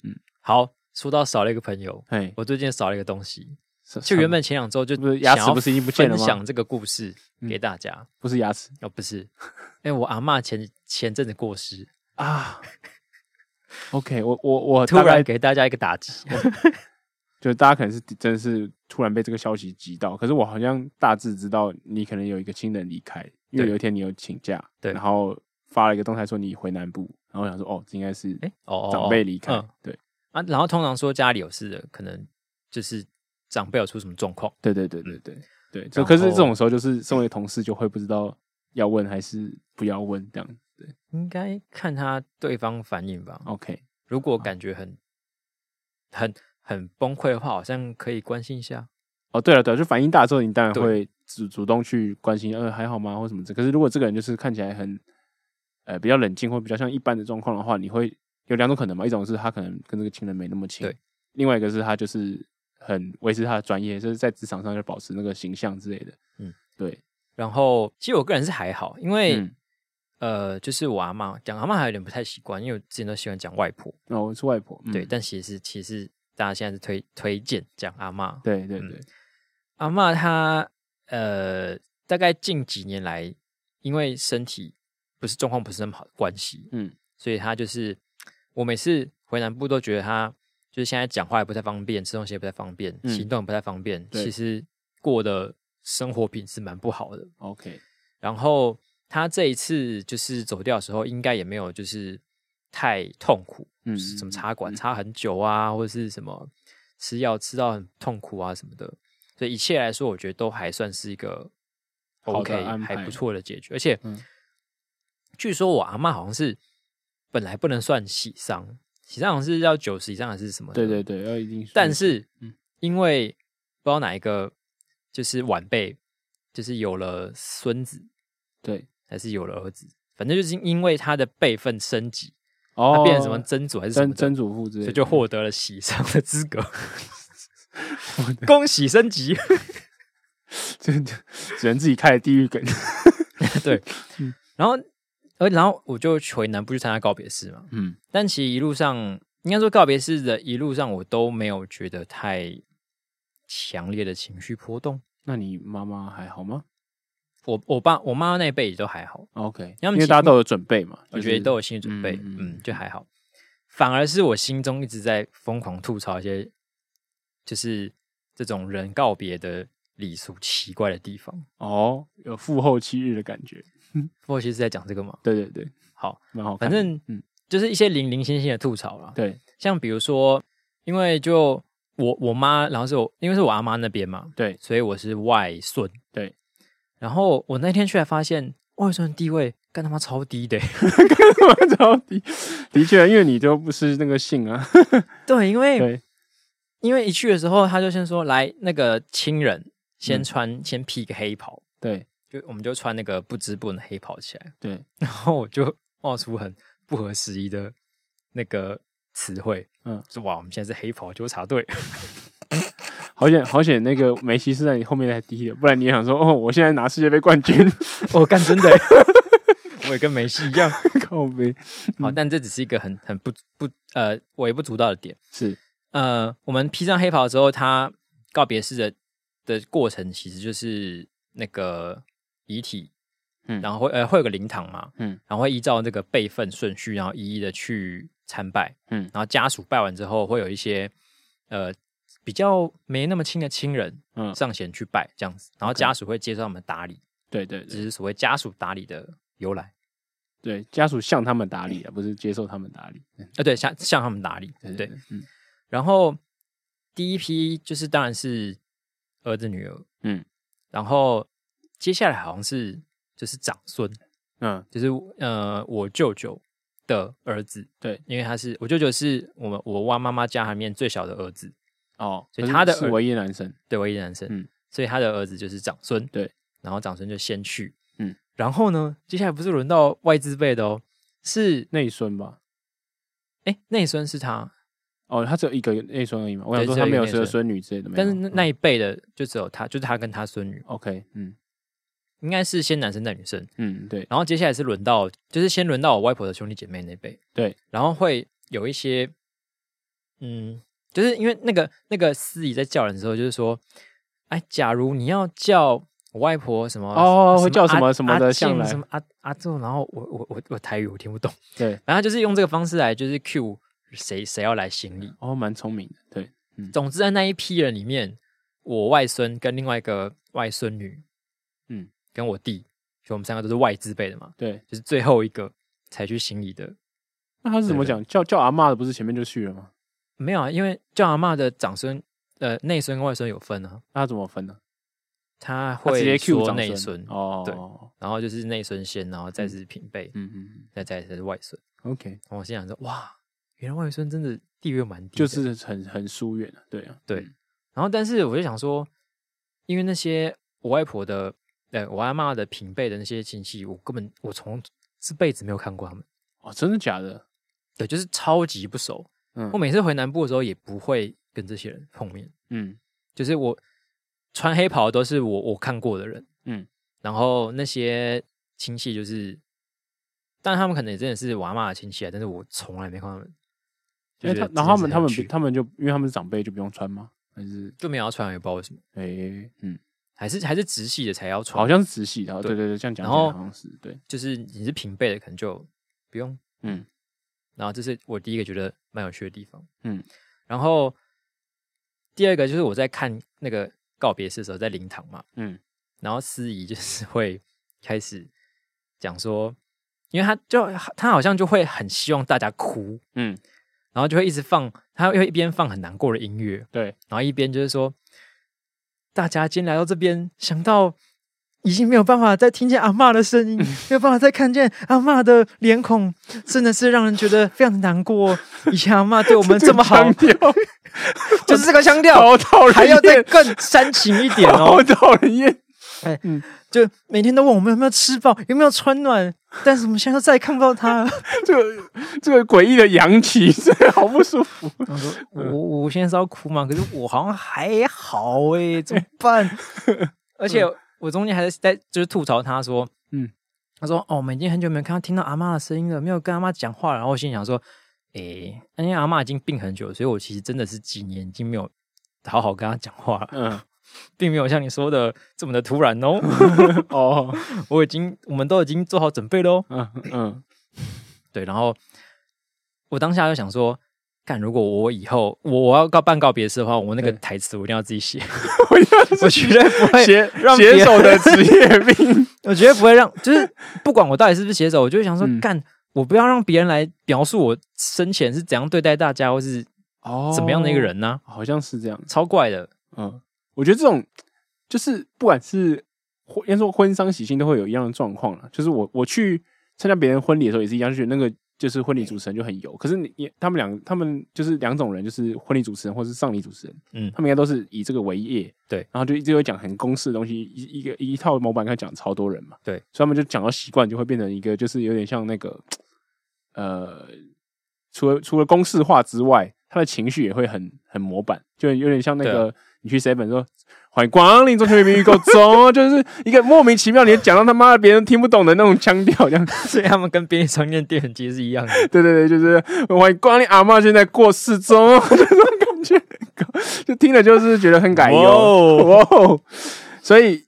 Speaker 1: (laughs) 好，说到少了一个朋友，
Speaker 2: 哎，
Speaker 1: 我最近少了一个东
Speaker 2: (laughs)
Speaker 1: 西，
Speaker 2: 少
Speaker 1: 就原本前两周就
Speaker 2: 不是牙齿
Speaker 1: 想要
Speaker 2: 不是已经不见了吗嗯
Speaker 1: 分享这个故事给大家，
Speaker 2: 不是牙齿
Speaker 1: 哦，不是，哎，我阿嬷前前阵子过世，
Speaker 2: 啊。OK，我我我
Speaker 1: 突
Speaker 2: 大概
Speaker 1: 然给大家一个打
Speaker 2: (laughs)
Speaker 1: 击。
Speaker 2: 就大家可能是真的是突然被这个消息击到，可是我好像大致知道你可能有一个亲人离开，因为
Speaker 1: 对
Speaker 2: 有一天你有请假，
Speaker 1: 对
Speaker 2: 然后发了一个动态说你回南部，然后我想说哦，这应该是
Speaker 1: 哎、哦，哦
Speaker 2: 长辈离开，
Speaker 1: 嗯
Speaker 2: 对
Speaker 1: 啊，然后通常说家里有事的，可能就是长辈有出什么状况，
Speaker 2: 对对对对对对，就
Speaker 1: 嗯然
Speaker 2: 可是
Speaker 1: 后
Speaker 2: 这种时候就是身为同事就会不知道要问还是不要问这样，对
Speaker 1: 应该看他对方反应吧。
Speaker 2: ，OK，
Speaker 1: 如果感觉很、很、很崩溃的话，好像可以关心一下。
Speaker 2: 哦对了对了，就反应大之后你当然
Speaker 1: 对
Speaker 2: 会主主动去关心，呃还好吗或什么这，可是如果这个人就是看起来很呃比较冷静或比较像一般的状况的话，你会有两种可能嘛，一种是他可能跟这个亲人没那么亲，
Speaker 1: 对，
Speaker 2: 另外一个是他就是很维持他的专业，就是在职场上就保持那个形象之类的，
Speaker 1: 嗯，
Speaker 2: 对，
Speaker 1: 然后，其实我个人是还好，因为、
Speaker 2: 嗯
Speaker 1: 呃，就是我阿妈讲阿妈还有点不太习惯，因为我之前都喜欢讲外婆，
Speaker 2: 那我是外婆，嗯
Speaker 1: 对，但其实其实大家现在是推推荐讲阿妈，
Speaker 2: 对对
Speaker 1: 嗯
Speaker 2: 对，
Speaker 1: 阿嬷她呃，大概近几年来，因为身体不是状况不是那么好的关系，
Speaker 2: 嗯
Speaker 1: 所以她就是我每次回南部都觉得她就是现在讲话也不太方便，吃东西也不太方便，
Speaker 2: 嗯
Speaker 1: 行动也不太方便，
Speaker 2: 对
Speaker 1: 其实过的生活品质蛮不好的。
Speaker 2: ，OK，
Speaker 1: 然后她这一次就是走掉的时候，应该也没有就是太痛苦，
Speaker 2: 嗯
Speaker 1: 什么插管插很久啊，或者是什么吃药吃到很痛苦啊什么的，所以一切来说，我觉得都还算是一个
Speaker 2: 好的
Speaker 1: OK
Speaker 2: 安排
Speaker 1: 还不错的解决。而且，
Speaker 2: 嗯
Speaker 1: 据说我阿嬷好像是本来不能算喜丧，喜丧好像是要九十以上还是什么？
Speaker 2: 对对。对，要一定数，
Speaker 1: 但是
Speaker 2: 嗯，
Speaker 1: 因为不知道哪一个就是晚辈，就是有了孙子
Speaker 2: 对
Speaker 1: 还是有了儿子，反正就是因为他的辈分升级，
Speaker 2: 哦，
Speaker 1: 他变成什么曾祖还是什
Speaker 2: 曾
Speaker 1: 么的
Speaker 2: 曾祖父嗯之类
Speaker 1: 所
Speaker 2: 的，
Speaker 1: 以就获得了喜上的资格，恭喜升级。
Speaker 2: (laughs) 就就只能自己开的地狱梗。
Speaker 1: 对，然后呃，然后我就回南部去参加告别式嘛。
Speaker 2: 嗯，
Speaker 1: 但其实一路上，应该说告别式的一路上，我都没有觉得太强烈的情绪波动。
Speaker 2: 那你妈妈还好吗
Speaker 1: 我我爸我妈那一辈也都还好，
Speaker 2: ？OK，
Speaker 1: 他
Speaker 2: 因
Speaker 1: 们
Speaker 2: 为
Speaker 1: 其
Speaker 2: 大家
Speaker 1: 实
Speaker 2: 都有准备嘛，
Speaker 1: 我觉得都有心理准备，嗯就还好。反而是我心中一直在疯狂吐槽一些，就是这种人告别的礼俗奇怪的地方。
Speaker 2: 哦，有父后七日的感觉。
Speaker 1: 不过其实在讲这个嘛，
Speaker 2: 对对对，
Speaker 1: 好，
Speaker 2: 蛮好
Speaker 1: 反
Speaker 2: 看的。
Speaker 1: 正
Speaker 2: 嗯，
Speaker 1: 就是一些零零星星的吐槽啦。
Speaker 2: 对
Speaker 1: 像比如说，因为就我我妈，然后是我因为是我阿妈那边嘛，
Speaker 2: 对 (laughs)
Speaker 1: 所以我是外孙。
Speaker 2: 对，
Speaker 1: 然后我那天去才发现，外孙的地位干他妈超低的欸、 (laughs)
Speaker 2: 我着的的确，因为你就不是那个姓啊。
Speaker 1: 对，因为
Speaker 2: 对，
Speaker 1: 因为一去的时候，他就先说来那个亲人先
Speaker 2: 嗯
Speaker 1: 穿、先披个黑袍，
Speaker 2: 对
Speaker 1: 就我们就穿那个不织布的黑袍起来， (laughs)
Speaker 2: 对，
Speaker 1: 然后我就冒出很不合时宜的那个词汇，
Speaker 2: 嗯，
Speaker 1: 说哇，我们现在是黑袍纠察队。 (laughs)
Speaker 2: 好险好险，那个梅西是在你后面才低的，不然你也想说哦，我现在拿世界杯冠军， (laughs)
Speaker 1: 我干真的欸、我也跟梅西一 (laughs) 样。
Speaker 2: 靠背
Speaker 1: 好，但这只是一个很很不不呃微不足道的点。
Speaker 2: 是
Speaker 1: 呃，我们披上黑袍之后，他告别式的的过程其实就是那个遗体，
Speaker 2: 嗯
Speaker 1: 然后会呃会有个灵堂嘛，
Speaker 2: 嗯
Speaker 1: 然后会依照这个辈分顺序，然后一一的去参拜，
Speaker 2: 嗯
Speaker 1: 然后家属拜完之后，会有一些呃比较没那么亲的亲人
Speaker 2: 嗯，
Speaker 1: 上前去拜这样子，然后
Speaker 2: OK
Speaker 1: 家属会接受他们打理，
Speaker 2: 对对
Speaker 1: 这
Speaker 2: 对
Speaker 1: 是所谓家属打理的由来。
Speaker 2: 对，家属向他们打理啊，不是接受他们打理。
Speaker 1: 呃，对，向向他们打理，
Speaker 2: 对
Speaker 1: 对
Speaker 2: 对对，嗯
Speaker 1: 然后第一批就是当然是儿子女儿，
Speaker 2: 嗯，
Speaker 1: 然后接下来好像是就是长孙，
Speaker 2: 嗯
Speaker 1: 就是呃我舅舅的儿子，
Speaker 2: 对，
Speaker 1: 因为他是我舅舅是我们我外妈妈家里面最小的儿子，
Speaker 2: 哦，
Speaker 1: 所以
Speaker 2: 可
Speaker 1: 他的
Speaker 2: 是
Speaker 1: 儿
Speaker 2: 唯一男生，
Speaker 1: 对，唯一男生，
Speaker 2: 嗯
Speaker 1: 所以他的儿子就是长孙，
Speaker 2: 对，
Speaker 1: 然后长孙就先去，
Speaker 2: 嗯，
Speaker 1: 然后呢，接下来不是轮到外资辈的哦，是
Speaker 2: 内孙吧？
Speaker 1: 哎内孙是他，
Speaker 2: 哦，他只有一个内孙而已嘛。我想
Speaker 1: 对
Speaker 2: 说
Speaker 1: 只有
Speaker 2: 他
Speaker 1: 一个
Speaker 2: 没有
Speaker 1: 内
Speaker 2: 十二
Speaker 1: 孙
Speaker 2: 孙女之类的没有。嗯
Speaker 1: 但是那那一辈的就只有他，就是他跟他孙女，
Speaker 2: OK，嗯
Speaker 1: 应该是先男生再女生，
Speaker 2: 嗯，对
Speaker 1: 然后接下来是轮到，就是先轮到我外婆的兄弟姐妹那辈，
Speaker 2: 对，
Speaker 1: 然后会有一些，嗯，就是因为那个那个司仪在叫人的时候，就是说，哎，假如你要叫我外婆什么
Speaker 2: 哦会叫什么
Speaker 1: 阿
Speaker 2: 什么的
Speaker 1: 阿
Speaker 2: 向
Speaker 1: 静
Speaker 2: 来
Speaker 1: 什么阿阿柱，然后我我我我台语我听不懂，
Speaker 2: 对，
Speaker 1: 然后就是用这个方式来就是 cue 谁谁要来行礼。
Speaker 2: 哦，蛮聪明的，对，
Speaker 1: 总之在那一批人里面，我外孙跟另外一个外孙女，
Speaker 2: 嗯，
Speaker 1: 跟我弟，就我们三个都是外资辈的嘛，
Speaker 2: 对
Speaker 1: 就是最后一个才去心仪的。
Speaker 2: 那他是怎么
Speaker 1: 对对
Speaker 2: 讲？叫叫阿嬷的不是前面就去了吗？
Speaker 1: 没有啊，因为叫阿嬷的长孙，呃，内孙跟外孙有分啊，
Speaker 2: 那他怎么分呢？
Speaker 1: 他
Speaker 2: 他直接
Speaker 1: 会
Speaker 2: Q
Speaker 1: 说
Speaker 2: 长
Speaker 1: 内
Speaker 2: 孙
Speaker 1: 孙，
Speaker 2: 哦，
Speaker 1: 对然后就是内孙先，然后再是平辈，
Speaker 2: 嗯嗯
Speaker 1: 再再才是外孙。
Speaker 2: 嗯，OK，
Speaker 1: 然后我心想说，哇，原来外孙真的地位蛮低的，
Speaker 2: 就是很很疏远啊，对啊，
Speaker 1: 对然后，但是我就想说，因为那些我外婆的，呃，我阿嬷的平辈的那些亲戚，我根本我从这辈子没有看过他们，
Speaker 2: 哦，真的假的？
Speaker 1: 对，就是超级不熟。
Speaker 2: 嗯
Speaker 1: 我每次回南部的时候，也不会跟这些人碰面，
Speaker 2: 嗯
Speaker 1: 就是我穿黑袍的都是我我看过的人，
Speaker 2: 嗯，
Speaker 1: 然后那些亲戚就是，但他们可能也真的是我阿嬷的亲戚啊，但是我从来没看到他们。就
Speaker 2: 因为
Speaker 1: 觉
Speaker 2: 他
Speaker 1: 得
Speaker 2: 然后他
Speaker 1: 这件事
Speaker 2: 们他
Speaker 1: 很有
Speaker 2: 们
Speaker 1: 趣
Speaker 2: 不他们就因为他们是长辈就不用穿吗？还是
Speaker 1: 就没有要穿，也不知道为什么，
Speaker 2: 诶嗯，
Speaker 1: 还是还是直系的才要穿，
Speaker 2: 好像是直系的，哦对对对，这样讲起
Speaker 1: 然
Speaker 2: 来
Speaker 1: 后
Speaker 2: 好像是对，
Speaker 1: 就是你是平辈的，可能就不用。
Speaker 2: 嗯
Speaker 1: 然后这是我第一个觉得蛮有趣的地方。
Speaker 2: 嗯，
Speaker 1: 然后第二个就是我在看那个告别式的时候，在灵堂嘛，
Speaker 2: 嗯
Speaker 1: 然后司仪就是 (laughs) 会开始讲说，因为他就他好像就会很希望大家哭，
Speaker 2: 嗯，
Speaker 1: 然后就会一直放，他会一边放很难过的音乐，
Speaker 2: 对，
Speaker 1: 然后一边就是说，大家今天来到这边，想到已经没有办法再听见阿嬷的
Speaker 2: (laughs)
Speaker 1: 声音，没有办法再看见阿嬷的脸孔，真的是让人觉得非常难过。以前阿嬷对我们这么好
Speaker 2: 腔，调
Speaker 1: 就是这个腔调，
Speaker 2: 好哦讨人厌，
Speaker 1: 还要再更煽情一点哦
Speaker 2: 好。讨人厌，
Speaker 1: 就每天都问我们有没有吃饱，有没有穿暖，但是我们现在都再也看不到她了。
Speaker 2: 这个这个诡异的洋气，真的好不舒服。
Speaker 1: 我说我我现在是要哭吗？可是我好像还好哎、怎么办？ (laughs) 而且我中间还在就是吐槽他说，
Speaker 2: 嗯，
Speaker 1: 他说哦，我们已经很久没有看到听到阿妈的声音了，没有跟阿妈讲话了。然后我心里想说，诶、因为阿妈已经病很久了，所以我其实真的是几年已经没有好好跟她讲话了，
Speaker 2: 嗯，
Speaker 1: 并没有像你说的这么的突然哦。 (laughs)
Speaker 2: 哦，
Speaker 1: 我已经我们都已经做好准备喽、
Speaker 2: 嗯嗯
Speaker 1: 对，然后我当下就想说，干，如果我以后我我要告办告别式的话，我那个
Speaker 2: 对
Speaker 1: 台词我一定要自己
Speaker 2: (laughs)
Speaker 1: 写，
Speaker 2: (laughs) 我一定要 (laughs)
Speaker 1: 我绝对不会，
Speaker 2: 写
Speaker 1: 让别人
Speaker 2: 写手的职业病。
Speaker 1: 我绝对不会让，就是不管我到底是不是写手，我就会想说，
Speaker 2: 嗯
Speaker 1: 干，我不要让别人来描述我生前是怎样对待大家，或是
Speaker 2: (laughs) 哦
Speaker 1: 怎么样的一个？人呢、
Speaker 2: 好像是这样。
Speaker 1: 超怪的，
Speaker 2: 嗯，我觉得这种就是不管是婚，应该说婚丧喜庆都会有一样的状况了。就是我我去参加别人婚礼的时候也是一样，就觉得那个就是婚礼主持人就很油。可是你你他们两他们就是两种人，就是婚礼主持人或是丧礼主持人，
Speaker 1: 嗯
Speaker 2: 他们应该都是以这个为业，
Speaker 1: 对
Speaker 2: 然后就一直会讲很公式的东西，一一个一套模板可以讲超多人嘛，
Speaker 1: 对
Speaker 2: 所以他们就讲到习惯，就会变成一个就是有点像那个呃，除了除了公式化之外，他的情绪也会很很模板，就有点像
Speaker 1: 啊
Speaker 2: 那个、你去 seven 说。欢迎光临中秋月饼预购中， (laughs) 就是一个莫名其妙，你讲到他妈的别人听不懂的那种腔调，这样
Speaker 1: 所以他们跟便利商店店员其实是一样
Speaker 2: (laughs)
Speaker 1: 的，
Speaker 2: 对对对，就是欢迎光临阿嬷现在过世中， (laughs) 就这种感觉， (laughs) 就听了就是觉得很感
Speaker 1: 哇
Speaker 2: (laughs) 忧。哇哦！所以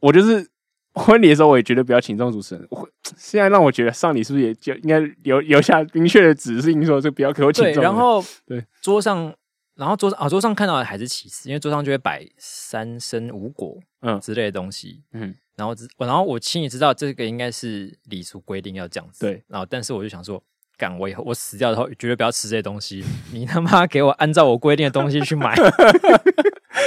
Speaker 2: 我就是婚礼的时候，我也觉得不要请这种主持人。我现在让我觉得上礼是不是也就应该留留下明确的指示，说这不要给我请
Speaker 1: 对，
Speaker 2: 这种人。
Speaker 1: 然后
Speaker 2: 对
Speaker 1: 桌上。然后桌上啊、桌上看到的还是起司，因为桌上就会摆三生五果，
Speaker 2: 嗯
Speaker 1: 之类的东西，
Speaker 2: (laughs) 嗯
Speaker 1: 然后只我然后我心里知道这个应该是礼俗规定要这样子，
Speaker 2: 对。
Speaker 1: 然后但是我就想说，干我以后我死掉之后绝对不要吃这些东西，你他妈给我按照我规定的东西去买，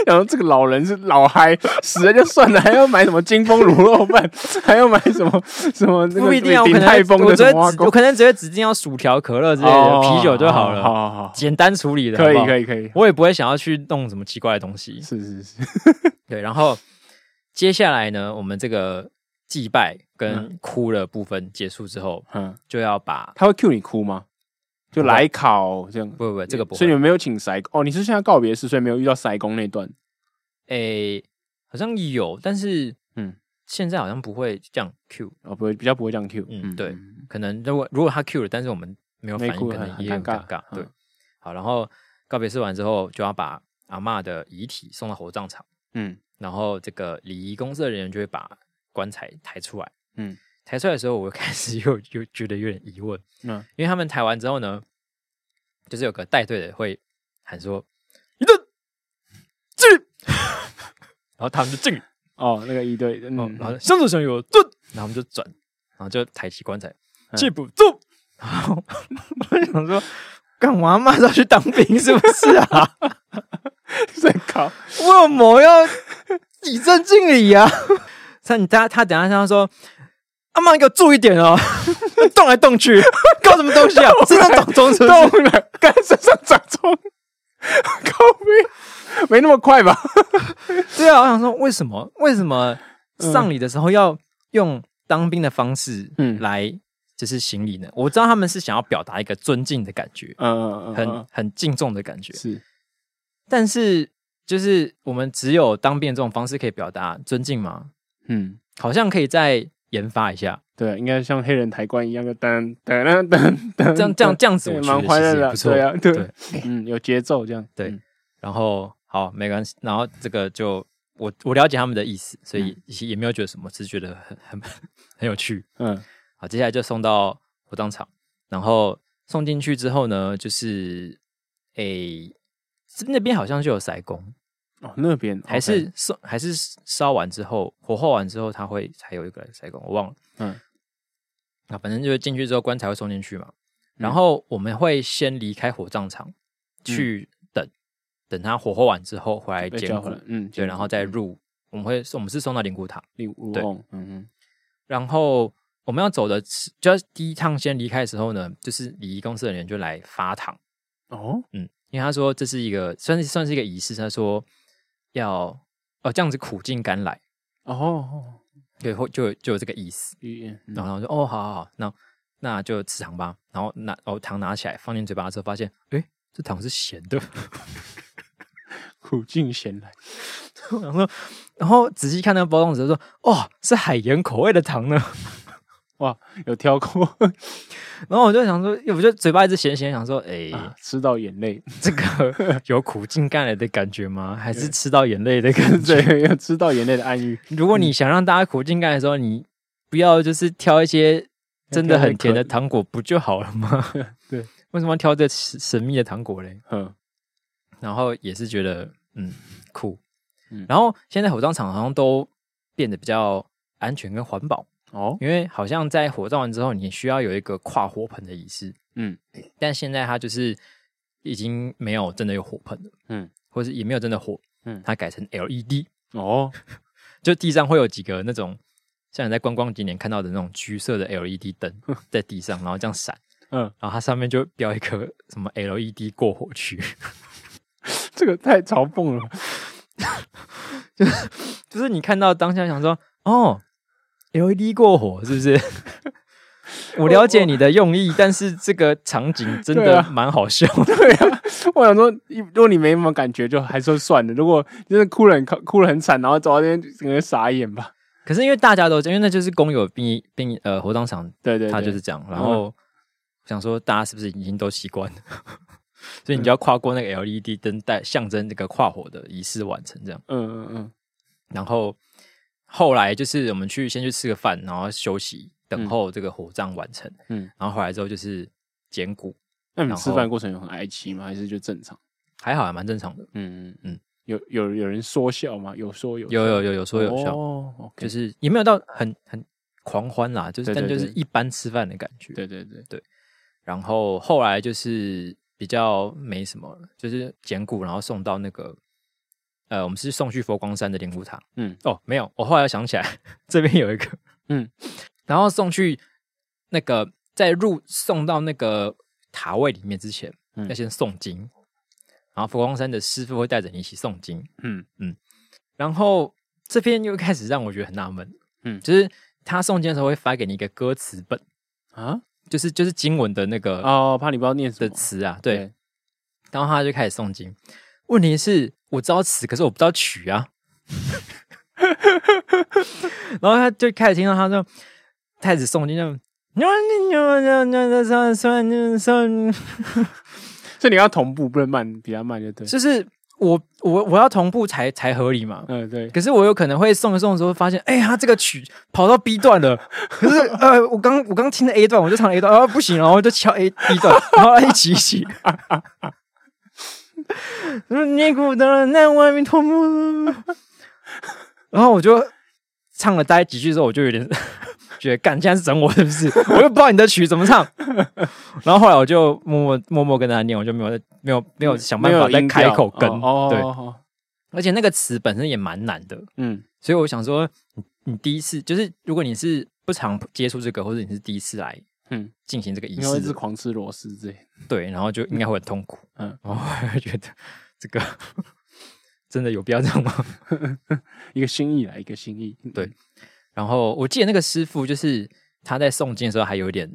Speaker 2: 然后这个老人是老嗨，死了就算了，还要买什么金丰卤肉饭，还要买什么什么 (laughs) 那
Speaker 1: 不
Speaker 2: 个
Speaker 1: 一定啊，我
Speaker 2: 鼎
Speaker 1: 可能
Speaker 2: 泰丰
Speaker 1: 我
Speaker 2: 的
Speaker 1: 只
Speaker 2: 什
Speaker 1: 会
Speaker 2: 么挖
Speaker 1: 只我
Speaker 2: 沟
Speaker 1: 可能只会指定要薯条、可乐之类的、
Speaker 2: (laughs) 哦
Speaker 1: 啤酒就好了，
Speaker 2: 好好好，
Speaker 1: (laughs) 简单处理的，
Speaker 2: 可以
Speaker 1: 好不好
Speaker 2: 可以可以，
Speaker 1: 我也不会想要去弄什么奇怪的东西，
Speaker 2: 是是是，
Speaker 1: 对。然后接下来呢，我们这个祭拜跟哭的部分结束之后，
Speaker 2: 嗯。
Speaker 1: 就要把
Speaker 2: 他会 cue 你哭吗？就
Speaker 1: 不会
Speaker 2: 来考这样，
Speaker 1: 不不不，这个不会
Speaker 2: 所以你们没有请塞哦？你是现在告别式，所以没有遇到塞工那段。
Speaker 1: 诶、好像有，但是
Speaker 2: 嗯
Speaker 1: 嗯，现在好像不会这样 Q，
Speaker 2: 哦，不会，比较不会这样 Q。
Speaker 1: 嗯对可能如果如果他 Q 了，但是我们没有
Speaker 2: 没
Speaker 1: 反应，
Speaker 2: 哭
Speaker 1: 可
Speaker 2: 很
Speaker 1: 能
Speaker 2: 很
Speaker 1: 也很
Speaker 2: 尴
Speaker 1: 尴
Speaker 2: 尬
Speaker 1: 尬。对
Speaker 2: 嗯，
Speaker 1: 好，然后告别式完之后，就要把阿嬷的遗体送到火葬场，
Speaker 2: 嗯
Speaker 1: 然后这个礼仪公社的人员就会把棺材抬出来。
Speaker 2: 嗯
Speaker 1: 抬出来的时候，我开始 (laughs) 又又觉得有点疑问，
Speaker 2: 嗯，
Speaker 1: 因为他们抬完之后呢，就是有个带队的会喊说“一顿敬礼”， (laughs) 然后他们就敬礼。
Speaker 2: 哦，那个一对，嗯
Speaker 1: 嗯，然后向左向右转，然后我们就转，然后就抬起棺材，缉捕住。然后我就想说，干嘛嘛要去当兵是不是啊？
Speaker 2: 在 (laughs) 靠，
Speaker 1: 为什么要以正敬礼啊？他你他他等一下他说。阿妈，你给我注意点哦！动来动去，搞什么东西啊？身上长虫是不是？
Speaker 2: 动了，干身上长虫， (laughs) 靠背，没那么快吧？
Speaker 1: 对啊，我想说，为什么为什么上礼的时候要用当兵的方式
Speaker 2: 嗯
Speaker 1: 来就是行礼呢？我知道他们是想要表达一个尊敬的感觉，
Speaker 2: 嗯，
Speaker 1: 很很敬重的感觉，
Speaker 2: 是，
Speaker 1: 但是就是我们只有当兵的这种方式可以表达尊敬吗？
Speaker 2: 嗯，
Speaker 1: 好像可以再研发一下，
Speaker 2: 对，应该像黑人抬棺一样的噔噔噔噔噔，
Speaker 1: 这样这样这样子，我
Speaker 2: 也
Speaker 1: 觉得
Speaker 2: 嗯蛮
Speaker 1: 其
Speaker 2: 欢乐
Speaker 1: 实也
Speaker 2: 的，
Speaker 1: 不错
Speaker 2: 对。啊，对，嗯，有节奏这样，嗯
Speaker 1: 对，然后好，没关系，然后这个就我我了解他们的意思，所以也也没有觉得什么，只是觉得很很 (laughs) 很有趣。
Speaker 2: 嗯
Speaker 1: 好，接下来就送到火葬场，然后送进去之后呢，就是诶、是那边好像就有塞工，
Speaker 2: 哦，那边
Speaker 1: 还是送还是烧完之后火化完之后，它会才有一个塞工，我忘了。
Speaker 2: 嗯
Speaker 1: 啊，反正就是进去之后棺材会送进去嘛，
Speaker 2: 嗯
Speaker 1: 然后我们会先离开火葬场去等，等它火化完之后回来
Speaker 2: 被
Speaker 1: 捡
Speaker 2: 叫
Speaker 1: 骨
Speaker 2: 回来，，嗯，
Speaker 1: 对，然后再入，我们会我们是送到灵骨塔，
Speaker 2: 令如虹，嗯
Speaker 1: 然后我们要走的是，就是第一趟先离开的时候呢，就是礼仪公司的人就来发糖，
Speaker 2: 哦，
Speaker 1: 嗯，因为他说这是一个算是算是一个仪式，他说要哦这样子苦尽甘来，
Speaker 2: 哦，
Speaker 1: 对，会就有就有这个意思。
Speaker 2: 语言，
Speaker 1: 然后我说哦，好好好，那那就吃糖吧。然后拿哦糖拿起来放进嘴巴之后，发现诶这糖是咸的。 (laughs)
Speaker 2: 苦尽咸来，
Speaker 1: 然后然后仔细看那个包装纸，说哦是海盐口味的糖呢。 (laughs)
Speaker 2: 哇，有挑过，
Speaker 1: 然后我就想说，我就嘴巴一直咸咸，想说诶。
Speaker 2: 吃到眼
Speaker 1: (laughs)
Speaker 2: 泪，
Speaker 1: 这个有苦尽甘来的感觉吗？还是吃到眼泪的感觉？ (laughs)
Speaker 2: 对，有吃到眼泪的暗喻，
Speaker 1: 如果你想让大家苦尽甘来的时候，你不要就是挑一些真的很甜的糖果不就好了吗？
Speaker 2: 对，
Speaker 1: 为什么要挑这神神秘的糖果嘞？
Speaker 2: 嗯
Speaker 1: 然后也是觉得嗯酷，
Speaker 2: 嗯
Speaker 1: 然后现在火葬场好像都变得比较安全跟环保，
Speaker 2: 哦，
Speaker 1: 因为好像在火葬完之后，你需要有一个跨火盆的仪式，
Speaker 2: 嗯
Speaker 1: 但现在它就是已经没有真的有火盆了，
Speaker 2: 嗯
Speaker 1: 或是也没有真的火，
Speaker 2: 嗯
Speaker 1: 它改成 LED，
Speaker 2: 哦，
Speaker 1: 就地上会有几个那种像你在观光景点看到的那种橘色的 LED
Speaker 2: (laughs)
Speaker 1: 灯在地上，然后这样闪，
Speaker 2: 嗯，
Speaker 1: 然后它上面就标一个什么 LED 过火区，
Speaker 2: 这个太嘲讽了，
Speaker 1: 就是你看到当下想说，哦，LED
Speaker 2: E
Speaker 1: 过火是不是？ (laughs) 我了解你的用意，但是这个场景真
Speaker 2: 对
Speaker 1: 的
Speaker 2: 啊
Speaker 1: 蛮好笑的。
Speaker 2: (laughs) 对啊，我想说，如果你没什么感觉，就还说算了，如果真的哭了很哭了很惨，然后走到那边整个傻眼吧，
Speaker 1: 可是因为大家都这样因为那就是公有殡仪殡仪呃火葬场
Speaker 2: 对对，嗯
Speaker 1: 他就是这样。然后想说，大家是不是已经都习惯了？ (laughs) 所以你就
Speaker 2: 嗯
Speaker 1: 要跨过那个 LED 灯带，象征这个跨火的仪式完成这样。
Speaker 2: 嗯嗯嗯，
Speaker 1: 然后后来就是我们去先去吃个饭，然后休息，等
Speaker 2: 嗯
Speaker 1: 候这个火葬完成。
Speaker 2: 嗯，
Speaker 1: 然后回来之后就是捡骨，
Speaker 2: 那你
Speaker 1: 然
Speaker 2: 们
Speaker 1: 后
Speaker 2: 吃饭过程有很哀戚吗？还是就正常？
Speaker 1: 还好，还啊蛮正常的。
Speaker 2: 嗯嗯
Speaker 1: 嗯
Speaker 2: 嗯，有有有人说笑吗？有说有
Speaker 1: 有有有有说有笑，
Speaker 2: 哦，OK，
Speaker 1: 就是也没有到很很狂欢啦，就是
Speaker 2: 对对
Speaker 1: 但就是
Speaker 2: 对
Speaker 1: 一般吃饭的感觉。
Speaker 2: 对对对，
Speaker 1: 然后后来就是比较没什么了，就是捡骨，然后送到那个呃，我们是送去佛光山的灵骨塔。
Speaker 2: 嗯，
Speaker 1: 哦，没有，我后来想起来 (laughs) 这边有一个，
Speaker 2: 嗯，
Speaker 1: 然后送去那个在入送到那个塔位里面之前，
Speaker 2: 嗯
Speaker 1: 要先诵经，然后佛光山的师傅会带着你一起诵经，
Speaker 2: 嗯
Speaker 1: 然后这边又开始让我觉得很纳闷，
Speaker 2: 嗯
Speaker 1: 就是他诵经的时候会发给你一个歌词本，
Speaker 2: 啊
Speaker 1: 就是就是经文的那个
Speaker 2: 哦，怕你不知道念什
Speaker 1: 的
Speaker 2: 么，
Speaker 1: 词啊，对，，然后他就开始诵经。问题是我知道词，可是我不知道曲啊。 (laughs) 然后他就开始听到他说，开始诵经就。
Speaker 2: 所以你要同步，不能慢，比较慢就对。
Speaker 1: 就是我我我要同步才才合理嘛，
Speaker 2: 嗯，对，
Speaker 1: 可是我有可能会送一送的时候发现，哎、他这个曲跑到 B 段了。可是呃，我刚我刚听了 A 段，我就唱了 A 段，然啊后不行，然后就敲 A B 段，然后一起一起。念古的那外面痛然后我就唱了大概几句之后，我就有点 (laughs) 觉得干，现在是整我是不是？我又不知道你的曲怎么唱。然后后来我就默默默默跟他念，我就没有再没有没有想办法再开口跟。对，
Speaker 2: 哦，
Speaker 1: 而且那个词本身也蛮难的，
Speaker 2: 嗯
Speaker 1: 所以我想说，你你第一次就是如果你是不常接触这个，或者你是第一次来
Speaker 2: 嗯，
Speaker 1: 进行这个仪
Speaker 2: 应该会
Speaker 1: 式
Speaker 2: 是
Speaker 1: 的，
Speaker 2: 狂吃螺丝之类的。
Speaker 1: 对，然后就应该会很痛苦。
Speaker 2: 嗯，
Speaker 1: 然后我会觉得这个真的有必要这样吗？ (laughs)
Speaker 2: 一个心意啦，一个心意。嗯
Speaker 1: 对，然后我记得那个师傅就是他在诵经的时候还有点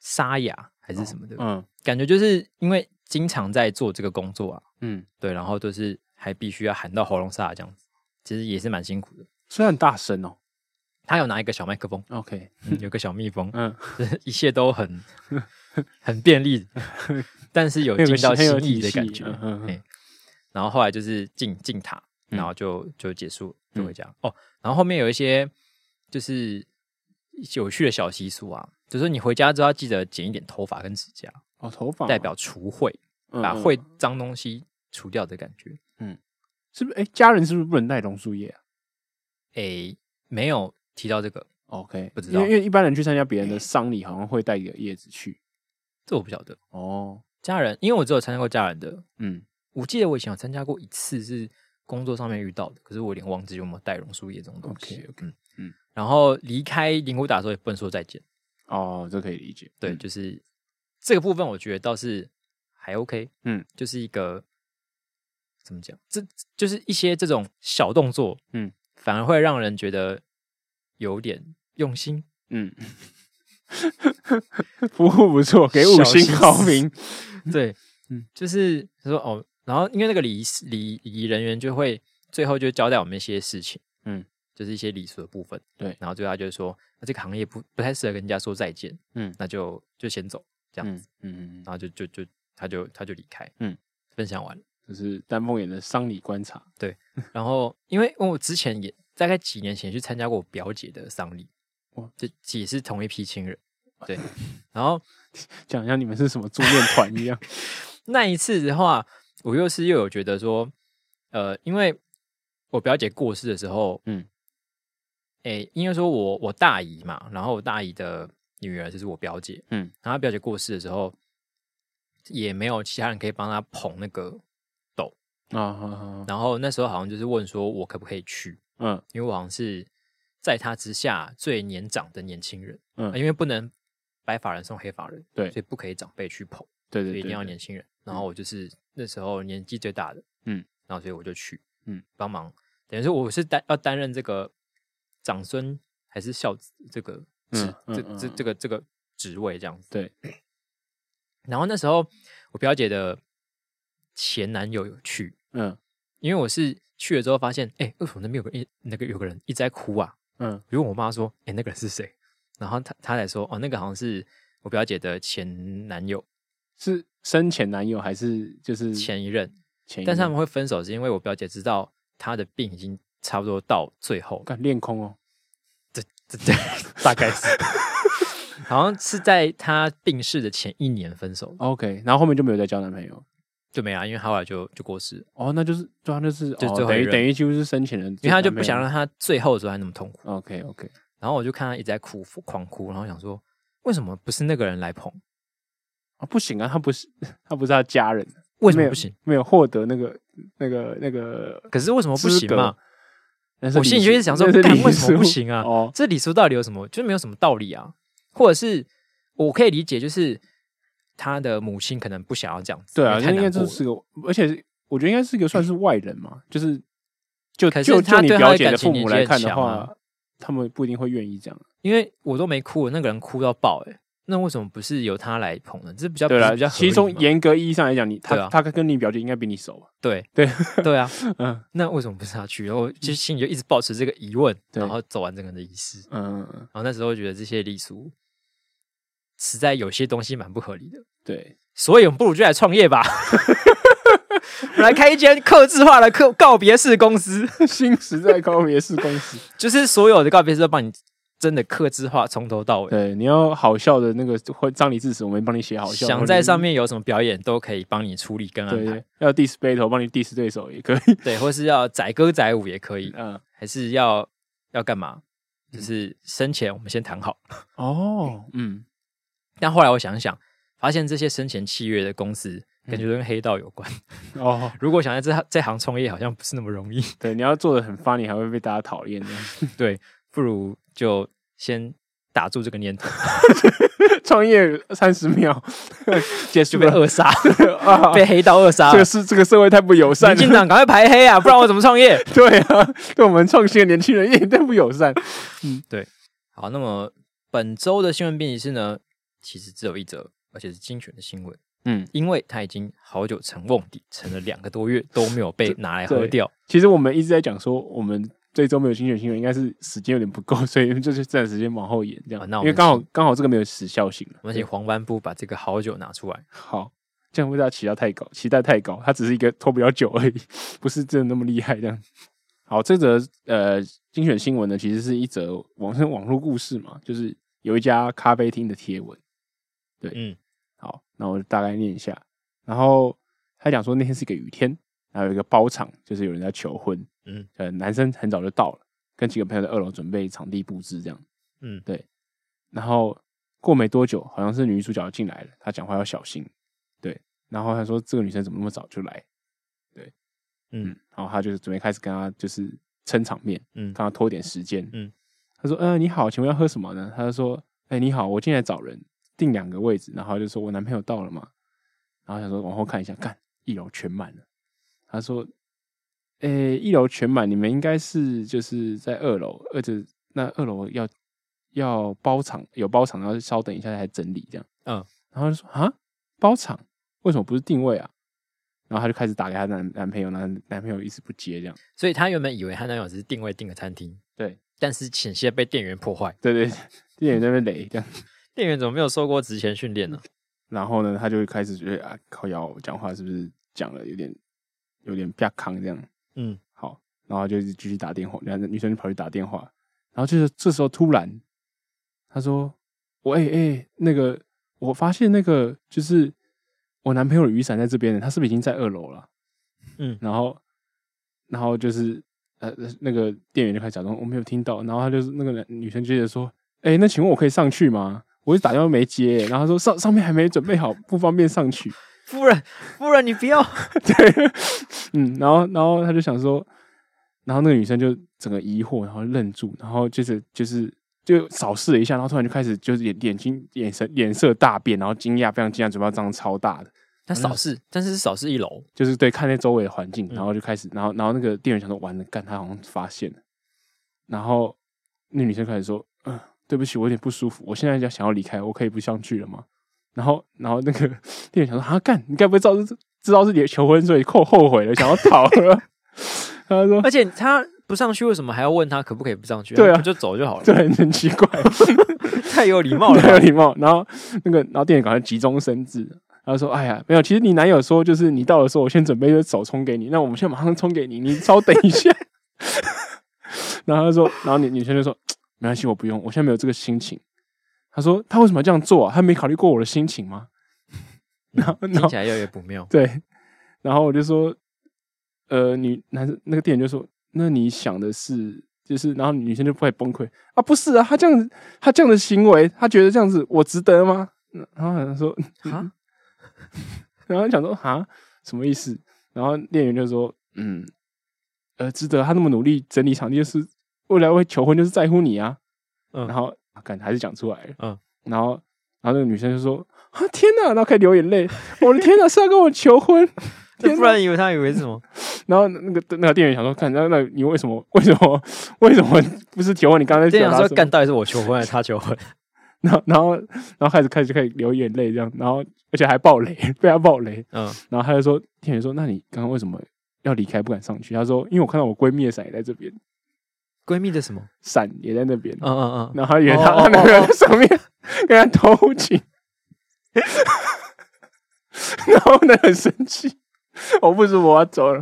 Speaker 1: 沙哑还是什么的，
Speaker 2: 嗯
Speaker 1: 感觉就是因为经常在做这个工作啊，
Speaker 2: 嗯，
Speaker 1: 对，然后就是还必须要喊到喉咙沙哑这样子，其实也是蛮辛苦的。
Speaker 2: 虽然很大声哦。
Speaker 1: 他有拿一个小麦克风，
Speaker 2: OK，
Speaker 1: 嗯有个小蜜蜂，
Speaker 2: 嗯，
Speaker 1: 就是 (laughs) 一切都很很便
Speaker 2: (laughs)
Speaker 1: 利，但是有
Speaker 2: 很有
Speaker 1: 进到
Speaker 2: 很有
Speaker 1: 心意
Speaker 2: 体
Speaker 1: 的
Speaker 2: 系
Speaker 1: 感觉。
Speaker 2: 嗯嗯嗯
Speaker 1: 嘿然后后来就是进进塔，
Speaker 2: 嗯
Speaker 1: 然后就就结束，就回家。哦，然后后面有一些就是有趣的小习俗啊，就是说你回家之后要记得剪一点头发跟指甲，
Speaker 2: 哦，头发嘛
Speaker 1: 代表除秽，
Speaker 2: 嗯
Speaker 1: 把
Speaker 2: 嗯
Speaker 1: 秽脏东西除掉的感觉。
Speaker 2: 是不是？哎，家人是不是不能带榕树叶啊
Speaker 1: 诶，没有提到这个，
Speaker 2: ？OK，
Speaker 1: 不知
Speaker 2: 因为
Speaker 1: 道哎
Speaker 2: 因为一般人去参加别人的丧礼，好像会带一个叶子去。
Speaker 1: 这我不晓得。
Speaker 2: 哦，
Speaker 1: 家人，因为我只有参加过家人的，
Speaker 2: 嗯，
Speaker 1: 我记得我以前有参加过一次是工作上面遇到的，可是我有点忘记有没有带榕树叶这种东西。
Speaker 2: OK，OK，
Speaker 1: 嗯
Speaker 2: 嗯
Speaker 1: 然后离开灵谷打的时候也不能说再见，
Speaker 2: 哦，这可以理解。
Speaker 1: 对，
Speaker 2: 嗯
Speaker 1: 就是这个部分我觉得倒是还 OK，
Speaker 2: 嗯，
Speaker 1: 就是一个怎么讲，这就是一些这种小动作，
Speaker 2: 嗯，
Speaker 1: 反而会让人觉得有点用心。
Speaker 2: 嗯， (laughs) 服务不错，给五星好评。 (laughs)
Speaker 1: 对，
Speaker 2: 嗯
Speaker 1: 就是他说哦，然后因为那个礼仪师礼礼仪人员就会最后就交代我们一些事情，
Speaker 2: 嗯，
Speaker 1: 就是一些礼俗的部分，
Speaker 2: 对
Speaker 1: 然后最后他就说，那这个行业不不太适合跟人家说再见，
Speaker 2: 嗯
Speaker 1: 那就就先走这样
Speaker 2: 嗯
Speaker 1: 子，
Speaker 2: 嗯，嗯
Speaker 1: 然后就就就他就他就离开，
Speaker 2: 嗯，
Speaker 1: 分享完了，
Speaker 2: 这是丹凤眼的丧礼观察。
Speaker 1: 然后因为因为我之前也大概几年前去参加过我表姐的丧礼
Speaker 2: 哇，
Speaker 1: 就也是同一批亲人，对，然后
Speaker 2: 讲一下你们是什么助念团一样。
Speaker 1: 那一次的话，我又是又有觉得说，呃，因为我表姐过世的时候，
Speaker 2: 嗯
Speaker 1: 嗯，诶、应该说我我大姨嘛，然后我大姨的女儿就是我表姐，嗯
Speaker 2: 嗯，
Speaker 1: 然后她表姐过世的时候，也没有其他人可以帮她捧那个，
Speaker 2: 啊啊啊！
Speaker 1: 然后那时候好像就是问说我可不可以去，
Speaker 2: 嗯
Speaker 1: 因为我好像是在她之下最年长的年轻人，啊
Speaker 2: 嗯
Speaker 1: 因为不能白发人送黑发人，
Speaker 2: 对
Speaker 1: 所以不可以长辈去捧。
Speaker 2: 对对
Speaker 1: 所以
Speaker 2: 对，
Speaker 1: 一定要
Speaker 2: 对
Speaker 1: 年轻人。然后我就是那时候年纪最大的，
Speaker 2: 嗯，
Speaker 1: 然后所以我就去，
Speaker 2: 嗯，
Speaker 1: 帮忙，等于说我是担要担任这个长孙还是孝子这个职、
Speaker 2: 嗯
Speaker 1: 这
Speaker 2: 嗯
Speaker 1: 这
Speaker 2: 嗯
Speaker 1: 这个这个职位这样子。
Speaker 2: 对，
Speaker 1: (clears throat) 然后那时候我表姐的前男友有去，
Speaker 2: 嗯
Speaker 1: 因为我是去了之后发现，哎、为什么那边有个一那个有个人一直在哭啊？
Speaker 2: 嗯
Speaker 1: 我就问我妈说，哎、那个人是谁？然后她她才说，哦，那个好像是我表姐的前男友，
Speaker 2: 是生前男友还是就是
Speaker 1: 前一任。
Speaker 2: 前一任？
Speaker 1: 但是他们会分手，是因为我表姐知道她的病已经差不多到最
Speaker 2: (laughs)
Speaker 1: 后，
Speaker 2: 干练空哦，
Speaker 1: 这这大概是，好像是在她病逝的前一年分手，
Speaker 2: OK，然后后面就没有再交男朋友。
Speaker 1: 就没啊，因为她后来就就过世了，
Speaker 2: 哦，那就是对啊，那就是
Speaker 1: 就
Speaker 2: 哦
Speaker 1: 最后
Speaker 2: 等
Speaker 1: 一
Speaker 2: 于
Speaker 1: 任
Speaker 2: 等于几乎是生前的，
Speaker 1: 因为她就不想让她最后的时候还那么痛苦。
Speaker 2: OK OK，
Speaker 1: 然后我就看她一直在哭，狂哭，然后想说为什么不是那个人来捧，
Speaker 2: 啊不行啊，他不是他不是他家人，
Speaker 1: 为什么
Speaker 2: 没有
Speaker 1: 不行？
Speaker 2: 没有获得那个那个那个
Speaker 1: 可是为什么不行嘛？
Speaker 2: 那是
Speaker 1: 我
Speaker 2: 礼
Speaker 1: 心里就一直
Speaker 2: 数
Speaker 1: 想说
Speaker 2: 那是
Speaker 1: 干
Speaker 2: 礼
Speaker 1: 为什么不
Speaker 2: 数
Speaker 1: 行啊
Speaker 2: 哦，
Speaker 1: 这礼俗到底有什么？就是没有什么道理啊，或者是我可以理解，就是他的母亲可能不想要这样子，
Speaker 2: 对啊，
Speaker 1: 因为太
Speaker 2: 那应该
Speaker 1: 难过
Speaker 2: 就
Speaker 1: 了。
Speaker 2: 是个，而且我觉得应该是一个算是外人嘛，就是就
Speaker 1: 可是
Speaker 2: 就
Speaker 1: 他
Speaker 2: 就你
Speaker 1: 对他
Speaker 2: 表
Speaker 1: 的
Speaker 2: 姐
Speaker 1: 感
Speaker 2: 的
Speaker 1: 情
Speaker 2: 父母
Speaker 1: 连
Speaker 2: 来
Speaker 1: 接
Speaker 2: 看的
Speaker 1: 强啊
Speaker 2: 话，他们不一定会愿意这样。
Speaker 1: 因为我都没哭，那个人哭到爆、欸，那为什么不是由他来捧呢？这比较
Speaker 2: 对
Speaker 1: 了，
Speaker 2: 啦
Speaker 1: 比较，合理
Speaker 2: 其中
Speaker 1: 嘛
Speaker 2: 严格意义上来讲，你
Speaker 1: 对
Speaker 2: 他
Speaker 1: 啊
Speaker 2: 他跟你表姐应该比你熟吧？
Speaker 1: 对
Speaker 2: 对
Speaker 1: 对啊，
Speaker 2: 嗯
Speaker 1: 那为什么不是他去？然后就心里就一直保持这个疑问，
Speaker 2: 对
Speaker 1: 然后走完整个的仪式。
Speaker 2: 嗯，嗯嗯
Speaker 1: 然后那时候觉得这些礼俗实在有些东西蛮不合理的， (laughs)
Speaker 2: 对，
Speaker 1: 所以我们不如就来创业吧。 (laughs) 我们来开一间客制化的客告别式公司， (laughs)
Speaker 2: 新时代告别式公司，
Speaker 1: 就是所有的告别式都帮你真的客制化，从头到尾。
Speaker 2: 对，你要好笑的那个会葬礼致辞，我们帮你写好笑，
Speaker 1: 想在上面有什么表演，都可以帮你处理跟
Speaker 2: 或
Speaker 1: 安
Speaker 2: 者是。
Speaker 1: 排
Speaker 2: 对，，要 diss battle，帮你 diss 对手也可以。
Speaker 1: 嗯对，或是要载歌载舞也可以，
Speaker 2: 嗯，
Speaker 1: 还是要要干嘛？就是生前我们先谈好。
Speaker 2: 哦，嗯，
Speaker 1: 但后来我想一想，发现这些生前契约的公司，感觉都跟黑道有关。 (laughs)
Speaker 2: 哦，
Speaker 1: 如果想在这这行从业，好像不是那么容易。
Speaker 2: 对，你要做的很 funny，还会被大家讨厌这样。
Speaker 1: (laughs) 对，不如就先打住这个念头，
Speaker 2: 创业三十
Speaker 1: (laughs)
Speaker 2: 秒结束
Speaker 1: 就被
Speaker 2: 了
Speaker 1: 扼 (laughs) 杀，
Speaker 2: (laughs) 啊！
Speaker 1: 被黑道扼杀
Speaker 2: 这
Speaker 1: 了
Speaker 2: 个。是这个社会太不友善
Speaker 1: 民进
Speaker 2: 了，
Speaker 1: 党赶快排黑啊，不然我怎么创业？
Speaker 2: (laughs) 对啊，对我们创新的年轻人一点都不友善。
Speaker 1: (laughs) 好，那么本周的新闻编辑室呢，其实只有一则，而且是精选的新闻，
Speaker 2: 嗯，
Speaker 1: 因为它已经好久成瓮底，沉了两个多月都没有 (laughs) 被拿来
Speaker 2: 对
Speaker 1: 喝掉。
Speaker 2: 其实我们一直在讲说，我们这周没有精选新闻，应该是时间有点不够，所以就是这段时间往后延这
Speaker 1: 啊
Speaker 2: 样。
Speaker 1: 那我
Speaker 2: 因
Speaker 1: 们
Speaker 2: 为刚好刚好这个没有时效性了。
Speaker 1: 我们请黄斑部把这个好酒拿出来。
Speaker 2: 好，这样会大家期待太高，期待太高，它只是一个拖比较久而已，不是真的那么厉害这样。好，这则呃精选新闻呢，其实是一则网上网络故事嘛，就是有一家咖啡厅的贴文。对，
Speaker 1: 嗯，
Speaker 2: 好，那我大概念一下。然后他讲说那天是一个雨天，然后有一个包场，就是有人在求婚，
Speaker 1: 嗯，
Speaker 2: 呃，男生很早就到了，跟几个朋友在二楼准备场地布置这样，
Speaker 1: 嗯
Speaker 2: 对。然后过没多久，好像是女主角进来了，她讲话要小心，对。然后他说这个女生怎么那么早就来，对，
Speaker 1: 嗯，
Speaker 2: 然后他就是准备开始跟她就是撑场面，
Speaker 1: 嗯
Speaker 2: 刚刚拖点时间。
Speaker 1: 嗯，
Speaker 2: 他说：“呃，你好，请问要喝什么呢？”他就说：“哎、你好，我进来找人，订两个位置。”然后他就说：“我男朋友到了嘛？”然后想说往后看一下，看一楼全满了。他说：“呃、一楼全满，你们应该是就是在二楼，而且那二楼要要包场，有包场，然后稍等一下才整理这样。”
Speaker 1: 嗯，
Speaker 2: 然后他就说：“啊，包场为什么不是定位啊？”然后他就开始打给她男男朋友，男男朋友一直不接这样。
Speaker 1: 所以她原本以为她男友只是定位定个餐厅，
Speaker 2: 对，
Speaker 1: 但是险些被店员破坏。
Speaker 2: 对对，店员在那边雷这样。
Speaker 1: 店员怎么没有受过职前训练呢？ (laughs)
Speaker 2: 然后呢，他就会开始觉得啊，靠腰讲话是不是讲了有点有点啪康这样？
Speaker 1: 嗯，
Speaker 2: 好，然后就一直继续打电话，然后女生就跑去打电话，然后就是这时候突然他说：“我哎哎、那个我发现那个就是我男朋友的雨伞在这边呢，他是不是已经在二楼了？”
Speaker 1: 嗯
Speaker 2: 然后然后就是呃那个店员就开始假装我没有听到，然后他就是那个男女生接着说：“哎、那请问我可以上去吗？”我一直打电话没接、然后他说上上面还没准备好，不方便上去。
Speaker 1: (laughs) 夫人，夫人，你不 (laughs) 要。
Speaker 2: 对，嗯，然后然后他就想说，然后那个女生就整个疑惑，然后愣住，然后就是就是就扫视了一下，然后突然就开始就是眼眼睛眼神脸色大变，然后惊讶非常惊讶，嘴巴张超大的，
Speaker 1: 她扫视，但是是扫视一楼。
Speaker 2: 就是对看那周围的环境，
Speaker 1: 嗯
Speaker 2: 然后就开始，然后然后那个店员想说完了，干他好像发现了，然后那女生开始说，嗯、对不起，我有点不舒服，我现在要想要离开，我可以不上去了吗？然后然后那个 (laughs) 店员想说，啊干，你该不会知道是知道是你的求婚，所以后后悔了，想要逃了？ (laughs) 然后他说，
Speaker 1: 而且她不上去，为什么还要问她可不可以不上去？
Speaker 2: 对啊
Speaker 1: 不就走就好了，
Speaker 2: 对，很奇怪，
Speaker 1: 太有礼 (laughs) 貌了
Speaker 2: 很有
Speaker 1: 吧。
Speaker 2: 礼貌。然后那个然后店员赶快急中生智，然后说，哎呀，没有，其实你男友说就是你到的时候，我先准备就手冲给你，那我们现在马上冲给你，你稍等一下。 (laughs) 然后他说，然后女女生就说，没关系，我不用，我现在没有这个心情。他说他为什么要这样做啊？他没考虑过我的心情吗？然后然
Speaker 1: 嗯听
Speaker 2: 后
Speaker 1: 起来越来越不妙。
Speaker 2: (laughs) 对，然后我就说，呃，女男生那个店员就说，那你想的是，就是，然后女生就会崩溃啊，不是啊，他这样子，他这样的行为，他觉得这样子我值得吗？嗯然后好像说， (laughs)
Speaker 1: 哈，
Speaker 2: 然后想说哈，什么意思？然后店员就说，嗯，呃，值得，他那么努力整理场地，就是未来会求婚，就是在乎你啊。
Speaker 1: 嗯
Speaker 2: 然后啊感还是讲出来了，
Speaker 1: 嗯，
Speaker 2: 然后然后那个女生就说。啊天哪！然后开始流眼泪， (laughs) 我的天哪，是要跟我求婚？
Speaker 1: 那
Speaker 2: 天
Speaker 1: 不然以为她以为是什 (laughs) 么？
Speaker 2: 然后那个那个店员想说，看，那那你为什么为什么为什么不是求婚？你刚才
Speaker 1: 店
Speaker 2: 表
Speaker 1: 员
Speaker 2: 达
Speaker 1: 说
Speaker 2: 什么
Speaker 1: 干，到底是我求婚还是她求婚？
Speaker 2: 然后然后然后开始开始开始流眼泪这样，然后而且还爆雷，被他爆雷。
Speaker 1: 嗯，
Speaker 2: 然后他就说，店员说，那你刚刚为什么要离开不敢上去？他说，因为我看到我闺蜜的伞也在这边，
Speaker 1: (laughs) 闺蜜的什么？
Speaker 2: 伞也在那边。
Speaker 1: 嗯嗯嗯，
Speaker 2: 然后他以为
Speaker 1: 哦
Speaker 2: 他、
Speaker 1: 哦哦
Speaker 2: 他男朋友在上面跟他偷情， (laughs) 然后呢很生气，我不舒服，我要走了。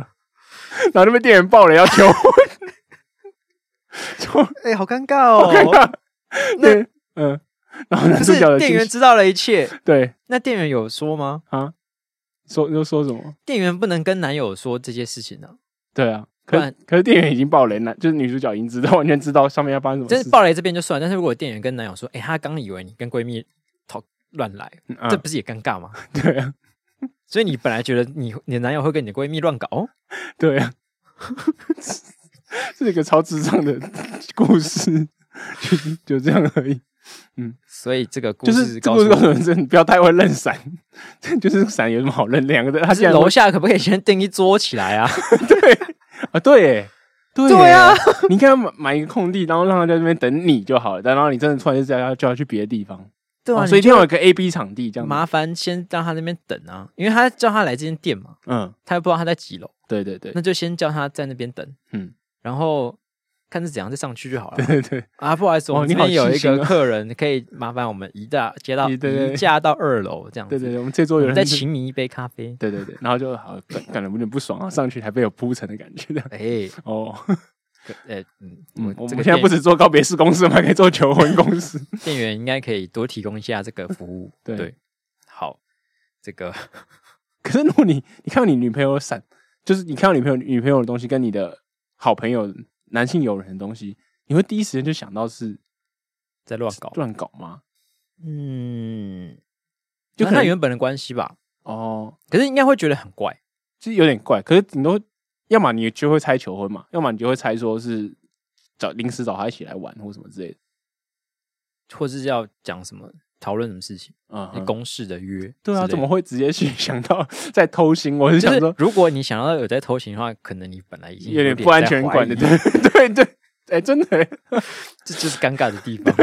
Speaker 2: 然后那边店员爆了要求婚，就
Speaker 1: 哎，好尴尬哦。
Speaker 2: 看对，嗯，然后男
Speaker 1: 可
Speaker 2: 主
Speaker 1: 是
Speaker 2: 角的
Speaker 1: 店
Speaker 2: 进
Speaker 1: 员知道了一切，
Speaker 2: 对
Speaker 1: 那店员有说吗？
Speaker 2: 啊，说又说什么？
Speaker 1: 店员不能跟男友说这些事情呢、
Speaker 2: 对啊，
Speaker 1: 不
Speaker 2: 可
Speaker 1: 然
Speaker 2: 是可是店员已经爆雷了，就是女主角已经知道完全知道上面要发生什么
Speaker 1: 就是
Speaker 2: 事情，
Speaker 1: 暴雷这边就算，但是如果店员跟男友说，哎、他刚以为你跟闺蜜讨乱来，
Speaker 2: 嗯啊
Speaker 1: 这不是也尴尬吗？ (laughs)
Speaker 2: 对啊
Speaker 1: 所以你本来觉得你你男友会跟你的闺蜜乱搞，哦
Speaker 2: 对啊， (laughs) 是一个超智障的 (laughs) 故事， (laughs) 就是就这样而已。
Speaker 1: 所以这个故
Speaker 2: 就是
Speaker 1: 事
Speaker 2: 这
Speaker 1: 告
Speaker 2: 故
Speaker 1: 诉
Speaker 2: 事
Speaker 1: 我
Speaker 2: 告诉人真的不要太会认伞， (laughs) 就是伞有什么好认？两个的，他
Speaker 1: 还是
Speaker 2: 现在
Speaker 1: 楼下可不可以先订一桌起来
Speaker 2: 哦
Speaker 1: 啊？
Speaker 2: 啊，对耶，对
Speaker 1: 对啊
Speaker 2: 耶，你应该买买一个空地，然后让他在那边等你就好了。但然后你真的突然就叫他叫他去别的地方，
Speaker 1: 对啊，
Speaker 2: 哦所
Speaker 1: 你
Speaker 2: 以一
Speaker 1: 就
Speaker 2: 定要有一个 A B 场地这样子。
Speaker 1: 麻烦先让他那边等啊，因为他叫他来这间店嘛，
Speaker 2: 嗯，
Speaker 1: 他又不知道他在几楼，
Speaker 2: 对对对
Speaker 1: 那就先叫他在那边等，
Speaker 2: 嗯，
Speaker 1: 然后看是怎样再上去就好了
Speaker 2: 对对，
Speaker 1: 啊。不好意思，我
Speaker 2: 哦
Speaker 1: 们
Speaker 2: 你
Speaker 1: 这
Speaker 2: 好
Speaker 1: 边有一
Speaker 2: 细心
Speaker 1: 个
Speaker 2: 啊
Speaker 1: 客人，可以麻烦我们移到接到
Speaker 2: 移对对
Speaker 1: 移驾到二楼这样子，
Speaker 2: 对对对，我们这桌
Speaker 1: 我
Speaker 2: 有
Speaker 1: 们
Speaker 2: 人
Speaker 1: 再
Speaker 2: 就
Speaker 1: 请你一杯咖啡。
Speaker 2: 对对对，然后就好感感觉有点不爽啊，上去还被有铺陈的感觉这样。
Speaker 1: 哎、
Speaker 2: 哦，
Speaker 1: 可呃，嗯，
Speaker 2: 嗯，
Speaker 1: 我
Speaker 2: 我
Speaker 1: 这
Speaker 2: 们
Speaker 1: 个
Speaker 2: 现在
Speaker 1: 店
Speaker 2: 不止做告别式公司，我们还可以做求婚公司。
Speaker 1: 店员应该可以多提供一下这个服务。
Speaker 2: (laughs) 对
Speaker 1: 好，这个 (laughs)
Speaker 2: 可是如果你你看到你女朋友闪，就是你看到女朋友女朋友的东西，跟你的好朋友男性友人的东西，你会第一时间就想到是
Speaker 1: 在乱搞，
Speaker 2: 乱搞吗？
Speaker 1: 嗯，
Speaker 2: 就
Speaker 1: 就
Speaker 2: 可
Speaker 1: 看
Speaker 2: 能
Speaker 1: 原本的关系吧。
Speaker 2: 哦，
Speaker 1: 可是应该会觉得很怪，
Speaker 2: 就是有点怪。可是你都要么你就会猜求婚嘛，要么你就会猜说是找临时找他一起来玩或什么之类的。
Speaker 1: 或是要讲什么讨论什么事情，
Speaker 2: 嗯哼，
Speaker 1: 公事的约之类的。
Speaker 2: 对啊，怎么会直接去 (laughs) 想到在偷腥？我是
Speaker 1: 就
Speaker 2: 想
Speaker 1: 是
Speaker 2: 说
Speaker 1: 如果你想要有在偷情的话，可能你本来已经
Speaker 2: 有点
Speaker 1: 点
Speaker 2: 不安全
Speaker 1: 在怀
Speaker 2: 感
Speaker 1: 疑
Speaker 2: 的，对对对，哎、真的、欸，
Speaker 1: 这就是尴尬的地
Speaker 2: (laughs)
Speaker 1: 方。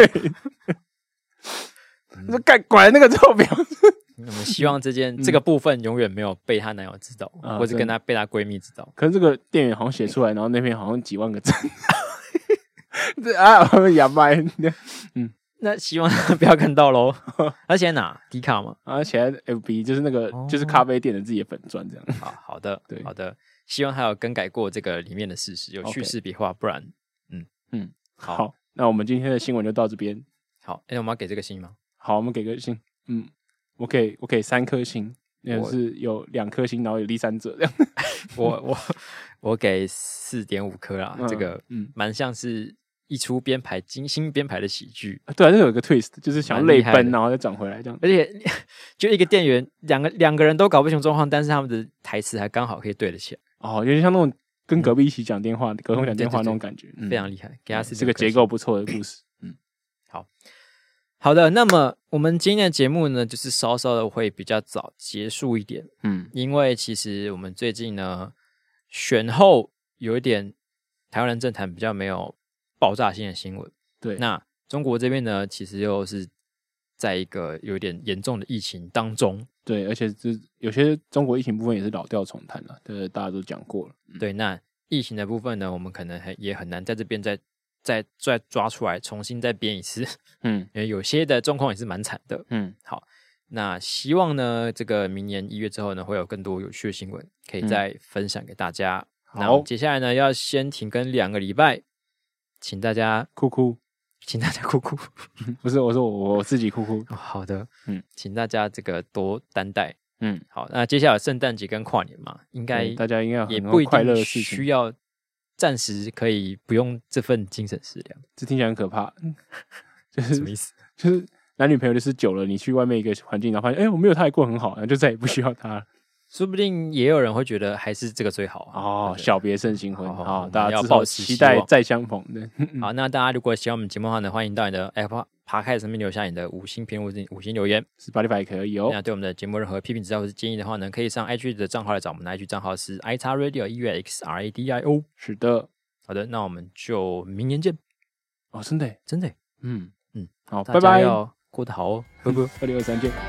Speaker 2: 你说干拐那个臭婊子，
Speaker 1: 我们希望这件这个部分永远没有被她男友知道，
Speaker 2: 嗯啊
Speaker 1: 或者跟
Speaker 2: 真的
Speaker 1: 她被她闺蜜知道。
Speaker 2: 可是这个店员好像写出来，然后那边好像几万个赞。对啊，哑巴
Speaker 1: 那希望她 (laughs) 不要看到
Speaker 2: (laughs)
Speaker 1: 喽。她现在哪？迪卡吗？
Speaker 2: 啊，写在 FB 就是那个、
Speaker 1: 哦
Speaker 2: 就是咖啡店的自己的粉钻这样。
Speaker 1: 好好的，
Speaker 2: 对
Speaker 1: 好的，希望他有更改过这个里面的事实，有
Speaker 2: OK
Speaker 1: 叙事笔画，不然，嗯
Speaker 2: 嗯，
Speaker 1: 好
Speaker 2: 好，那我们今天的新闻就到这边。
Speaker 1: 好，哎、我们要给这个星吗？
Speaker 2: 好，我们给个星，嗯，我给我给三颗星，也是有两颗星，然后有第三者这样。 (laughs)
Speaker 1: 我我我给四点五颗啦，这个
Speaker 2: 嗯，
Speaker 1: 蛮像是一出编排精心编排的喜剧，
Speaker 2: 对啊，这有一个 twist，就是想要
Speaker 1: 蛮厉
Speaker 2: 泪
Speaker 1: 害的
Speaker 2: 奔，然后再转回来这样。
Speaker 1: 而且 (laughs) 就一个店员，两个两个人都搞不清楚状况，但是他们的台词还刚好可以对得起来，
Speaker 2: 哦，有点像那种跟隔壁一起讲电
Speaker 1: 嗯
Speaker 2: 话，隔空讲电话那种感觉，嗯
Speaker 1: 非常厉害，给他四
Speaker 2: 是个
Speaker 1: 点五颗
Speaker 2: 结
Speaker 1: 星
Speaker 2: 构不错的故事。嗯，
Speaker 1: 好的，那么我们今天的节目呢，就是稍稍的会比较早结束一点。
Speaker 2: 嗯，
Speaker 1: 因为其实我们最近呢，选后有一点台湾人政坛比较没有爆炸性的新闻。
Speaker 2: 对，
Speaker 1: 那中国这边呢，其实又是在一个有一点严重的疫情当中。
Speaker 2: 对，而且这有些中国疫情部分也是老调重弹了，对，大家都讲过了。嗯，
Speaker 1: 对，那疫情的部分呢，我们可能很也很难在这边再再再抓出来，重新再编一次， (laughs)
Speaker 2: 嗯
Speaker 1: 因为有些的状况也是蛮惨的。
Speaker 2: 嗯，
Speaker 1: 那希望呢，这个明年一月之后呢，会有更多有趣的新闻可以再分享给大家。
Speaker 2: 嗯好
Speaker 1: 那我们接下来呢，要先停更两个礼拜，请大家，
Speaker 2: 哭哭，
Speaker 1: 请大家哭哭。 (laughs)
Speaker 2: 不是，我说我我自己哭哭。
Speaker 1: 哦、好的，
Speaker 2: 嗯，
Speaker 1: 请大家这个多担待。
Speaker 2: 嗯，
Speaker 1: 好，那接下来有圣诞节跟跨年嘛，应该
Speaker 2: 对大家应该有
Speaker 1: 也
Speaker 2: 啊很
Speaker 1: 不
Speaker 2: 多
Speaker 1: 一
Speaker 2: 快乐
Speaker 1: 定
Speaker 2: 的事情
Speaker 1: 需，要，暂时可以不用这份精神食粮，
Speaker 2: 这听起来很可怕，就是
Speaker 1: 什
Speaker 2: (laughs)
Speaker 1: 么意思？
Speaker 2: 就是男女朋友就是久了，你去外面一个环境，然后发现，哎、我没有他也过很好，然后就再也不需要
Speaker 1: (laughs)
Speaker 2: 他了。
Speaker 1: 说不定也有人会觉得还是这个最好啊
Speaker 2: 哦，
Speaker 1: 对不对
Speaker 2: 小别胜新婚，
Speaker 1: 好好好我
Speaker 2: 好，
Speaker 1: 们
Speaker 2: 大
Speaker 1: 要
Speaker 2: 家之
Speaker 1: 抱
Speaker 2: 后
Speaker 1: 持
Speaker 2: 期
Speaker 1: 希
Speaker 2: 待
Speaker 1: 望
Speaker 2: 再相逢
Speaker 1: (laughs)
Speaker 2: 对，
Speaker 1: 好，那大家如果喜欢我们节目的话呢，欢迎到你的 Apple Podcast 上面留下你的五星评论、五星留言。
Speaker 2: 是八六百可以哦
Speaker 1: 那。对我们的节目任何批评指教或是建议的话呢，可以上 IG 的账号来找我们的 IG 账号是 i x radio e u x r a d i o。
Speaker 2: 是的，
Speaker 1: 好的，那我们就明年见，
Speaker 2: 哦，真的耶，
Speaker 1: 真的耶，
Speaker 2: 嗯
Speaker 1: 嗯，
Speaker 2: 好，
Speaker 1: 大
Speaker 2: 拜
Speaker 1: 家
Speaker 2: 拜，
Speaker 1: 要过得好哦，拜拜。
Speaker 2: 二零二三见。
Speaker 3: 「